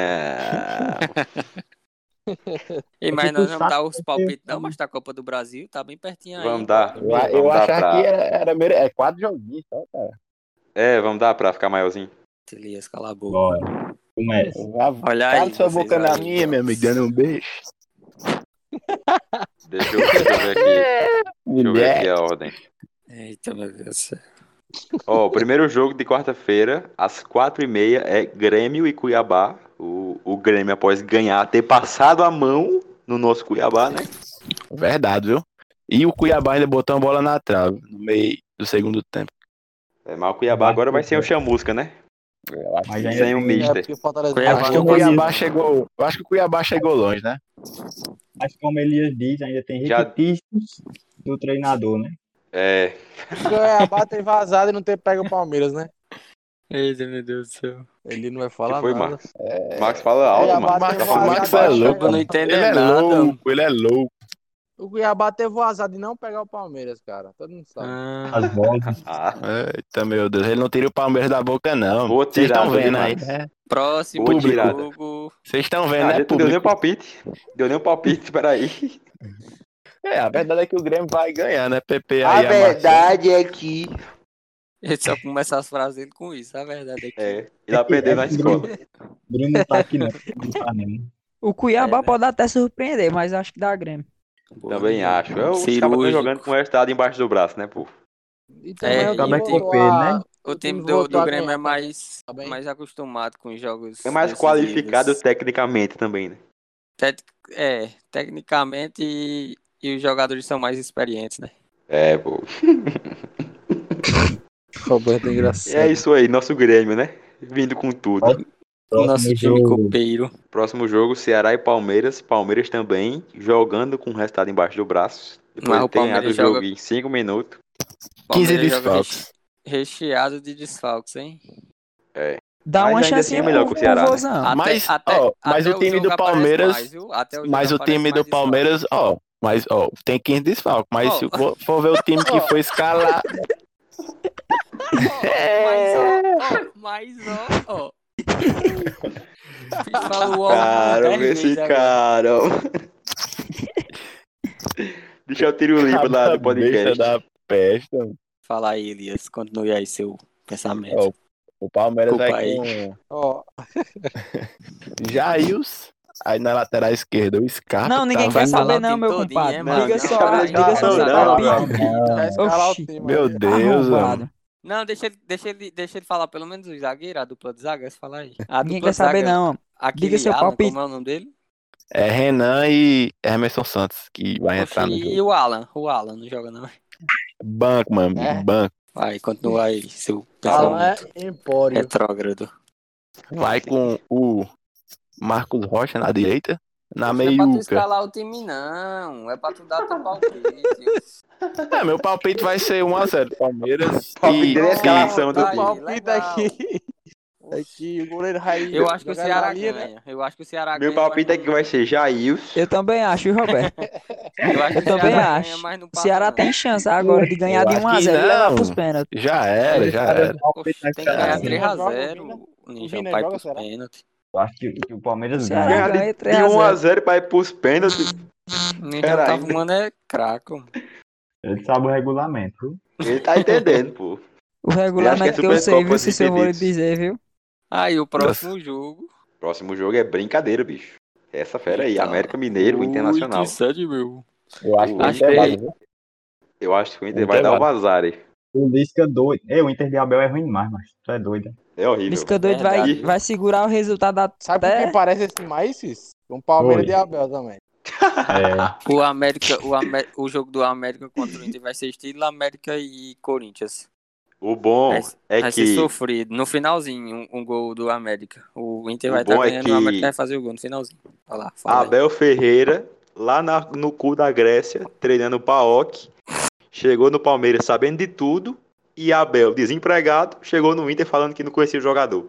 C: E,
G: É
C: mas
G: tipo
C: nós não
G: chato,
C: dá os palpites, não, mas tá a Copa do Brasil, tá bem pertinho aí.
F: Vamos dar.
H: Eu, eu
F: Vamos dar
H: achava
F: pra-
H: que era, era mere- é quatro joguinhos só, cara.
F: É, vamos dar pra ficar maiorzinho.
C: Elias, cala a boca.
G: Bora. Começa.
H: Vai-
C: Olha
H: Cala
C: aí,
H: sua
C: vocês
H: boca na
C: aí,
H: minha, meu
C: ó.
H: amigo, dando um beijo.
F: Deixa eu, deixa eu ver aqui. Deixa eu ver
H: Mulher.
F: aqui a ordem.
C: Eita, meu Deus. do céu.
F: Ó, o primeiro jogo de quarta-feira, às quatro e meia, é Grêmio e Cuiabá. O, o Grêmio, após ganhar, ter passado a mão no nosso Cuiabá, né?
H: Verdade, viu? E o Cuiabá ainda botou uma bola na trave no meio do segundo tempo.
F: É, mas o Cuiabá agora vai ser o Chamusca, né?
H: Eu acho
G: Mas
H: que-
G: ainda
F: Sem o
G: tem-
E: é
F: Mister.
E: porque o Fortaleza
C: Cuiabá.
H: acho que o
G: Vamos
H: Cuiabá
G: isso.
H: chegou. Eu acho que o Cuiabá chegou longe, né?
G: Mas como Elias diz, ainda tem
F: Já-
G: repetistas do treinador, né?
F: É,
E: O Cuiabá tem vazado e não tem pego o Palmeiras, né?
C: Eita, meu Deus do céu.
E: Ele não vai
F: que
E: falar
F: foi,
E: nada.
F: Marcos? Marcos fala alto,
E: Cuiabá
F: mano.
E: tem
F: Tá
E: vazado
F: falando muito
E: e
H: Marcos é
E: vai
F: baixo.
H: louco,
E: pegar-
C: Eu não
H: Ele
C: entendo
H: é
C: nada.
H: louco, ele é louco.
E: O Cuiabá teve vazado e não pegar o Palmeiras, cara. Todo mundo sabe.
C: Ah,
G: As vozes.
F: Ah,
H: Eita, meu Deus, ele não tira o Palmeiras da boca, não.
F: Vou
H: Vocês
F: tirar,
H: estão
F: tô
H: vendo aí,
F: demais.
H: né?
C: próximo
F: Público.
C: jogo.
H: Vocês estão vendo,
F: a é
H: né,
F: gente não deu nem o
H: público?
F: palpite. Deu nem o palpite, peraí.
H: É, a verdade é que o Grêmio vai ganhar, né, PP? Aí, Marcelo?
F: é que.
C: Ele só começa as frases dele com isso, a verdade é que.
F: É, ele aprendeu na escola.
G: Bruno não tá aqui, não. Não tá, não.
D: O Cuiabá
C: É, né?
D: pode até surpreender, mas acho que dá Grêmio.
C: Boa,
F: Também
C: Nijão.
F: acho. É o
C: Cirúrgico.
F: jogando com o resultado embaixo do braço, né, pô?
E: E
C: É,
E: ele
C: também tem
E: botou
G: que ver,
E: a-
G: né?
C: O time
E: time
C: do,
E: voltou
C: do
E: a
C: Grêmio é
E: ganhar,
C: mais,
E: tá bem?
C: mais acostumado com jogos.
F: É mais
C: decisivos.
F: qualificado tecnicamente também, né?
C: Tec- É, tecnicamente e, e os jogadores são mais experientes, né?
F: É, pô.
E: Roberto
F: E é
E: engraçado.
F: isso aí, nosso Grêmio, né? Vindo com tudo.
C: O
G: Próximo
C: Nosso time
G: jogo.
C: copeiro.
F: Próximo jogo, Ceará e Palmeiras. Palmeiras também jogando com o resultado embaixo do braço. Depois
C: Mas o
F: de ter ganhado o
C: Palmeiras
F: jogo
C: joga-
F: em 5 minutos.
H: 15
C: Palmeiras joga
H: desfalques.
C: reche- Recheado de desfalques, hein?
D: Dá
F: Mas
D: uma um
F: ainda assim é
D: chancinha
F: melhor
D: pro,
F: que o Ceará,
D: pro
F: né?
D: Vozão.
H: Ah, Mas, ó, mas o time
C: jogo
H: do
C: aparece
H: Palmeiras-
C: mais, viu? Até jogo
H: Mas o
C: aparece
H: time
C: mais
H: do
C: desfalque.
H: Palmeiras, ó, mas ó, tem 15 desfalques, mas se
C: Ó.
H: for, for ver o time que foi escalado,
C: Mas, ó, ó, É. mas, ó, ó. Fiz falar o ó
F: Cara,
C: dez
F: esse
C: vezes agora.
F: cara. Deixa eu tirar o livro lá do
H: besta
F: podcast.
H: da peste, mano.
C: Fala aí, Elias. Continue aí seu pensamento.
H: Ó, o Palmeiras
C: Culpa
H: vai
C: aí.
H: com
E: Ó,
H: Jails, aí na lateral esquerda o Scarpa. tá
D: Não, ninguém
H: tava
D: quer
C: vai falar
D: saber
C: o
D: não,
C: time
D: meu
C: todinho,
D: compadre.
C: é, mano?
D: Diga
C: Não,
D: só,
C: cara,
D: diga só,
H: não,
D: tá
H: não,
D: pior.
E: vai escalar o
D: Oxi,
E: time.
H: Meu
E: aí.
C: Tá
H: Deus, Tá mano.
D: Tá Arrombado.
C: Não, deixa ele, deixa ele, deixa ele falar pelo menos o zagueiro, a dupla de zaga, se fala aí. A
D: Ninguém
C: dupla
D: quer
C: de
D: saber
C: zaga,
D: não.
C: Aquele
D: Diga seu
C: Alan,
D: palpite.
C: como é o nome dele?
H: É Renan e Emerson Santos que vai entrar no
C: Oxi,
H: jogo.
C: e o Alan? O Alan não joga não.
H: Banco, mano,
E: É.
H: banco.
C: Vai, continua aí, seu
E: Alan
C: pensamento
E: é empório.
C: retrógrado.
H: Vai com o Marcos Rocha na direita, na
C: Não é pra tu
H: meiuca.
C: escalar o time, não. É pra tu dar teu palpite.
H: É, meu palpite vai ser 1x0 Palmeiras.
F: Palpite
H: e-
F: dele é
H: e-
F: escalação do
C: Tá aí,
F: time.
E: Palpite
C: legal.
E: aqui. É que o goleiro Raí.
C: Eu acho que o
E: joga na
C: Ceará
E: linha, né?
C: ganha. Eu acho que o Ceará ganha.
F: Meu palpite
C: mas
F: é que vai ser Jails.
D: Eu também acho, viu, Roberto.
C: não- Eu, acho que
D: eu também
C: Ceará
D: acho.
C: Ganha, mas não
D: O
C: passa,
D: Ceará
C: não.
D: tem chance agora de ganhar de
H: Eu acho
D: 1 a 0
H: que
D: e levar
H: não.
D: pros pênaltis.
H: Já era, já era.
C: Oxe,
G: é
C: tem que
H: Ceará.
C: ganhar 3 a
E: Joga o
C: 0
E: Vina.
C: o Ninja
E: Vina
C: vai
E: joga,
C: pros
E: será?
C: pênaltis.
G: Eu acho que, que o
D: O
G: Palmeiras ganha.
D: Ceará
F: Ganhar de-
D: ganha
F: De
D: 3 a 0.
F: 1x0 pra ir pros pênaltis.
C: O Ninja
F: Pera
C: tá
F: aí.
C: fumando é craco.
G: Ele sabe o regulamento. viu?
F: Ele tá entendendo, pô.
D: O
F: é
D: regulamento que eu sei,
F: Supercopa
D: viu,
F: dos
D: se eu vou lhe
F: Pedidos.
D: dizer, viu?
C: Aí o próximo jogo.
F: Próximo jogo é brincadeira, bicho. Essa fera aí,
C: Eita.
F: América Mineiro, Internacional.
C: 7 mil.
H: Eu acho que
C: Acho
G: é
H: vai ter
C: que-
H: base, viu?
F: Eu acho que o Inter
H: Inter
F: vai dar
H: vai.
F: o bazar aí.
G: O Lisca é doido. Ei, o Inter de Abel é ruim demais, mas tu é doido. hein?
F: É horrível.
D: Lisca doido vai,
F: Verdade.
D: vai segurar o resultado
E: Sabe por
D: até...
E: quem parece esse Maices? Um Palmeiras
G: Oi.
E: de Abel também.
G: É,
C: O América, o, Amé- o jogo do América contra o Inter vai ser estilo América e Corinthians.
F: O bom
C: Vai-
F: é
C: vai ser
F: que
C: sofrido. No finalzinho, um, um gol do América. O Inter
F: O
C: vai estar
F: bom é
C: ganhando,
F: que- Ah,
C: o América vai fazer o gol no finalzinho. Olha lá, fala aí.
F: Abel Ferreira, lá na- no cu da Grécia, treinando o Paok, chegou no Palmeiras sabendo de tudo. E Abel, desempregado, chegou no Inter falando que não conhecia o jogador.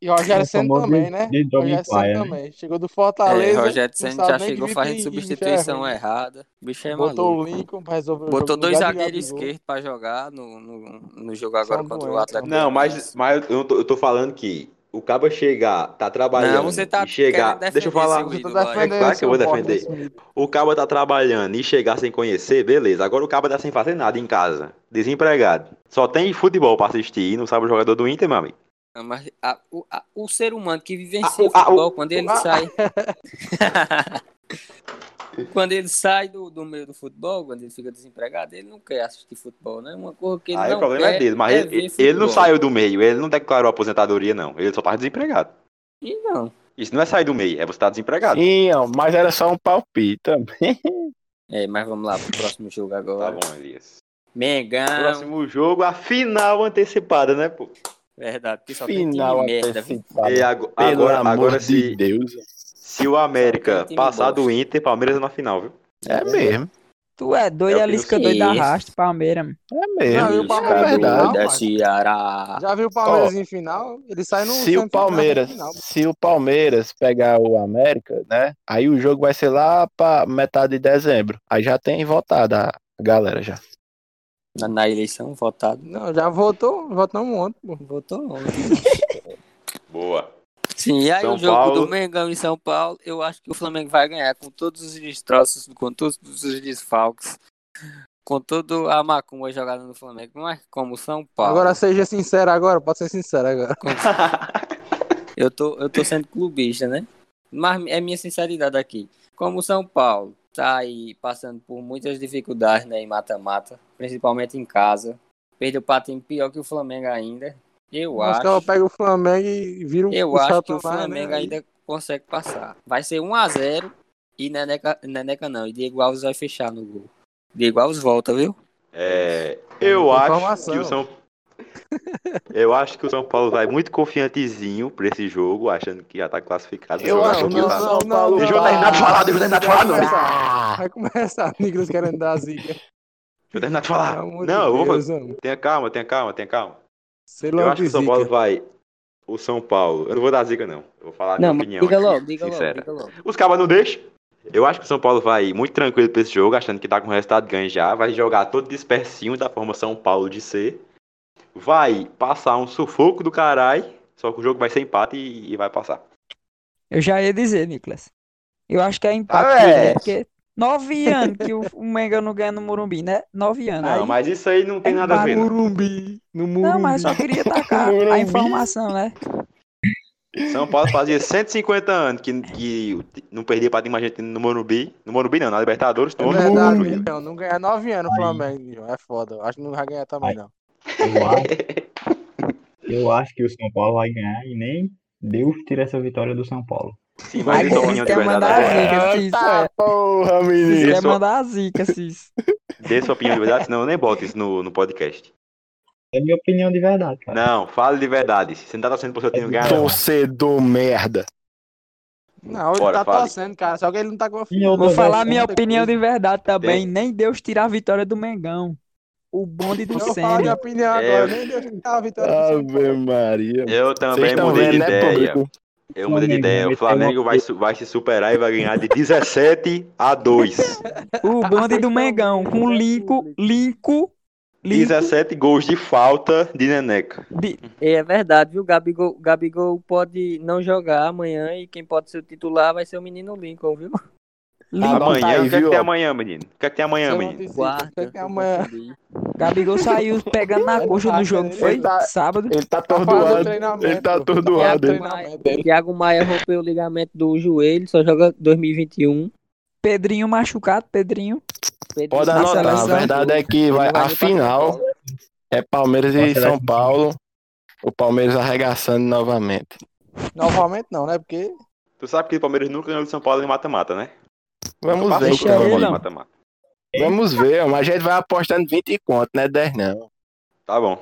E: E o Rogério
G: O
E: Senna
G: famoso
E: também, né?
G: de
E: O Rogério
G: Jovem Paia, né?
E: Senna também. Chegou do
C: É,
E: Fortaleza.
C: Rogério
E: não
C: Senna
E: sabe
C: já
E: nem
C: chegou
E: dividir
C: fazendo
E: em bicho
C: substituição
E: errado.
C: errada. O bicho é
E: Botou
C: maluco.
E: o Lincoln pra resolver o
C: Botou
E: jogo.
C: dois
E: no lugar do
C: zagueiros
E: Gabigol.
C: esquerdos pra jogar no, no, no jogo agora
E: São
C: contra o
E: doentes,
C: Atlético.
F: Não, mas,
C: Goianiense.
F: mas eu, tô, eu tô falando que o Cabo chegar, tá trabalhando
C: Não, você tá
F: e chegar.
C: querendo defender
F: Deixa eu falar.
C: seu
E: Você tá
C: ídolo aí.
E: defendendo
F: É claro que eu vou
E: seu pobre
F: defender.
E: desse mito.
F: O Cabo tá trabalhando e chegar sem conhecer, beleza. Agora o Cabo tá sem fazer nada em casa. Desempregado. Só tem futebol pra assistir e não sabe o jogador do Inter, meu amigo.
C: Não, Ah, mas a- o, a- o ser humano que vivencia
F: Ah, o-
C: o futebol,
F: ah, o-
C: quando ele
F: ah.
C: sai. quando ele sai do, do meio do futebol, quando ele fica desempregado, ele não quer assistir futebol, né? Uma coisa que ele
F: Aí
C: não
F: o problema
C: quer
F: é dele, mas
C: ver
F: ele, ele não
C: futebol.
F: saiu do meio, ele não declarou aposentadoria, não. Ele só tá desempregado.
C: E não.
F: Isso não é sair do meio, é você estar desempregado.
H: Sim, ó, mas era só um palpite também.
C: É, mas vamos lá pro próximo jogo
F: Tá
C: agora.
F: bom, Elias.
C: Mengão.
F: Próximo jogo, a final antecipada, né, pô?
C: Verdade, que só
H: Final
C: tem time merda. viu?
H: antecipado.
F: E ago-
H: Pelo
F: É, agora,
H: amor
F: agora
H: de
F: se,
H: Deus.
F: se o América
C: Só tem time
F: passar do
C: bosta.
F: Inter, Palmeiras é na final, viu?
H: É mesmo,
D: Tu é doido,
F: É o
D: a
F: que
D: Lisca
C: eu
D: doido
C: sei.
D: arrasta, Palmeiras. mano.
H: é mesmo.
E: Não, e o
H: isso
E: Palmeiras
H: é
E: não
H: verdade.
E: dá,
C: da
E: mas-
C: Ceará.
E: Já viu o Palmeiras em final? Ele sai no
H: se o
E: semifinal,
H: Palmeiras,
E: final.
H: se o Palmeiras pegar o América, né? Aí o jogo vai ser lá pra metade de dezembro. Aí já tem votado a galera já.
C: Na, na eleição, votado.
E: Não, já votou. Votamos ontem, pô.
C: Votou não. né?
F: Boa.
C: Sim, e aí
F: São
C: o jogo
F: Paulo.
C: do Mengão em São Paulo, eu acho que o Flamengo vai ganhar com todos os destroços, com todos os desfalques, com toda a macumba jogada no Flamengo, não é como o São Paulo.
E: Agora seja sincero agora, pode ser sincero agora.
C: Eu tô, eu tô sendo clubista, né? Mas é minha sinceridade aqui. Como o São Paulo tá aí passando por muitas dificuldades né, em mata-mata, principalmente em casa, Perdeu pra time pior que o Flamengo ainda. Eu
E: Os
C: acho.
E: caras pegam o Flamengo e viram
C: Eu
E: o
C: acho que o
E: Satanás, né?
C: Flamengo ainda consegue passar. Vai ser 1x0 e Neneca, Neneca não. E Diego Alves vai fechar no gol. Diego Alves volta, viu?
F: É, eu acho
E: Informação.
F: que o São Eu acho que o São Paulo vai muito confiantezinho pra esse jogo, achando que já tá classificado.
H: Eu acho que o
F: tá-
H: São Paulo.
F: Deixa eu terminar de falar, deixa eu terminar de falar, não. Deixa
H: Ah,
C: é
E: Vai começar, Nicolas querendo dar zica.
F: eu terminar de
E: Pelo
F: falar.
E: amor de
F: Não, eu vou
E: Deus,
F: fazer.
E: mano.
F: Tenha calma, tenha calma, tenha calma.
E: Sei
F: Eu
E: lá
F: acho
E: de
F: que o São
E: zica.
F: Paulo vai. O São Paulo. Eu não vou dar zica, não. Eu vou falar a minha
C: Não, mas
F: opinião.
H: é
C: diga
F: aqui,
C: logo, diga logo,
F: sincera.
C: diga logo.
F: Os cabas não deixam. Eu acho que o São Paulo vai muito tranquilo pra esse jogo, achando que tá com o resultado ganho já. Vai jogar todo dispersinho da forma São Paulo de ser. Vai passar um sufoco do caralho. Só que o jogo vai ser empate e, e vai passar.
D: Eu já ia dizer, Nicolas. Eu acho que é empate,
H: Ah, é.
D: né? Porque nove anos que o o Mengão não ganha no Morumbi, né? Nove anos.
F: Não,
D: Aí-
F: mas isso aí não tem
D: é
F: nada a ver. não.
E: Murumbi. No Murumbi.
D: Não, mas eu só queria tacar a informação, né?
F: São Paulo fazia 150 anos que, que não perdia pra time argentino no Morumbi. No Morumbi não, na Libertadores.
E: É
F: No ano
E: verdade,
F: Morumbi.
E: Nilson, não ganhar nove anos no Flamengo, Nilson, é foda. Acho que não vai ganhar também,
G: Aí.
E: não.
G: Eu acho, eu acho que o São Paulo vai ganhar e nem Deus tira essa vitória do São Paulo.
F: Sim, mas
D: Aí
F: isso é
D: vocês
F: opinião de
D: querem
F: verdade
H: Ah,
D: mandar
F: agora.
D: a zica, Cis, é.
H: porra, menino.
D: Vocês
F: Isso.
D: querem mandar a zica, Cis.
F: Dê sua opinião de verdade, senão eu nem boto isso no, no podcast.
G: É minha opinião de verdade, cara.
F: Não, fale de verdade. Se você não tá torcendo pro seu time
H: é
F: ganhar,
H: Então,
F: não.
H: Torcedor um merda.
E: Não, ele
F: Bora,
E: tá
F: fale.
E: torcendo, cara. Só que ele não tá
G: Sim, eu
E: confiando.
D: Vou
G: Não,
D: falar
G: mas
D: minha
E: muita
D: opinião de verdade também.
H: É.
F: Tem-
D: Nem Deus tira a vitória do Mengão. O bonde do
E: Não vou falar minha
D: Senna.
E: opinião
F: É. Ah,
E: agora. Nem Deus que tá a vitória. do São Paulo.
H: Ave Maria.
F: eu
H: Vocês
F: também
H: estão
F: mudei de
H: vendo, né, um
F: ideia.
H: público?
F: Eu mudei de ideia. O Flamengo vai, su- vai se superar e vai ganhar de 17 a 2.
D: O bonde do Mengão. Com Linco, Linco,
H: é
D: Linco.
H: assim.
F: 17 gols de falta de Neneca.
D: de-
H: Tá
C: É verdade, viu? Gabigol, Gabigol pode não jogar amanhã e quem pode ser o titular vai ser o menino Lincoln, viu?
H: Tá bom, tá
F: amanhã,
H: aí,
F: o que é que
H: viu,
F: tem
H: ó.
F: amanhã, menino? O que é que tem amanhã,
E: Seu
F: menino?
E: antecipo,
C: Quarta.
E: que amanhã.
D: Gabigol saiu pegando na coxa no jogo, foi?
H: Ele tá-
D: Sábado.
H: Ele tá
E: Tá fazendo
H: atordoado.
E: treinamento.
H: Ele tá
E: Tá
H: atordoado.
E: fazendo
H: Ele
E: treinamento dele.
C: Thiago Maia rompeu o ligamento do joelho, só joga 2021.
D: Pedrinho machucado, Pedrinho.
C: Pedro
H: Pode
D: Na
H: anotar, a
D: seleção.
H: verdade é que vai,
C: Não vai
H: a
C: nem pra
H: final é Palmeiras
G: Na
H: e
G: seleção.
H: São Paulo. O Palmeiras arregaçando novamente.
E: Novamente não, né? Porque
F: Tu sabe que o Palmeiras nunca ganhou de São Paulo em mata-mata, né?
H: Vamos
F: Passou
H: ver,
F: pro
H: é
D: deixa
F: São
D: ele,
F: Paulo em
D: não.
F: mata-mata.
H: vamos ver, mas a gente vai apostando 20 conto, né? 10 não.
F: Tá bom.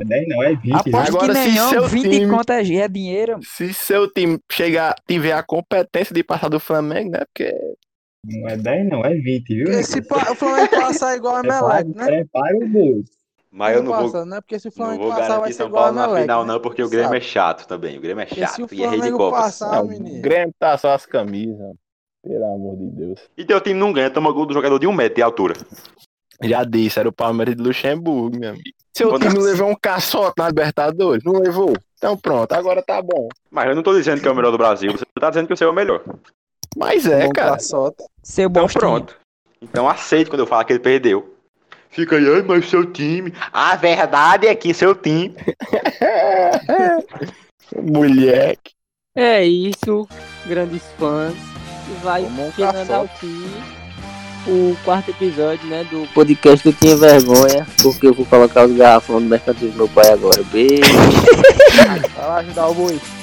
G: É 10 não, é 20. já.
D: Aposto
H: Agora,
D: que
H: se
D: nenhum,
H: seu
D: 20
H: time-
D: conto é, é dinheiro.
H: Se seu time chegar, tiver a competência de passar do Flamengo, né? Porque
G: Não é 10 não, é 20, viu?
E: porque se pa- o Flamengo passar igual a
G: Prepara,
E: Meleque, né?
G: prepara o gol.
F: Mas Ah, eu não vou,
E: passa, né? Porque se o
F: não
E: Flamengo
F: vou
E: passar, vai
F: garantir
E: ser
F: São
E: igual a
F: Paulo na
E: Meleque.
F: final,
E: né?
F: não, porque o Grêmio é
E: Sabe?
F: chato também. O Grêmio é
E: se o
F: chato e é rei de
E: Flamengo
F: copas.
E: passar,
H: ah, o
E: menino.
H: Grêmio tá só as camisas. Pelo amor de Deus.
F: E teu time não ganha, toma gol do jogador de um metro de altura.
H: Já disse, era o Palmeiras de Luxemburgo, meu amigo. Seu
F: Quando-
H: time levou um caçote na Libertadores? Não levou? Então pronto, agora tá bom.
F: Mas eu não tô dizendo que é o melhor do Brasil, você tá dizendo que o seu é o melhor.
H: Mas é,
E: Bom
H: cara.
E: caçota.
D: Seu
F: Então
D: bostinho.
F: pronto. Então aceite quando eu falar que ele perdeu. Fica aí, ai, mas seu time. A verdade é que seu time.
H: Mulher.
C: É isso, grandes fãs. E vai
E: Tomou um
C: chegando
E: café.
C: ao fim o quarto episódio né, do podcast do Tinha Vergonha, porque eu vou colocar os garrafões no mercantil do meu pai agora. Beijo.
E: Vai lá ajudar o boi.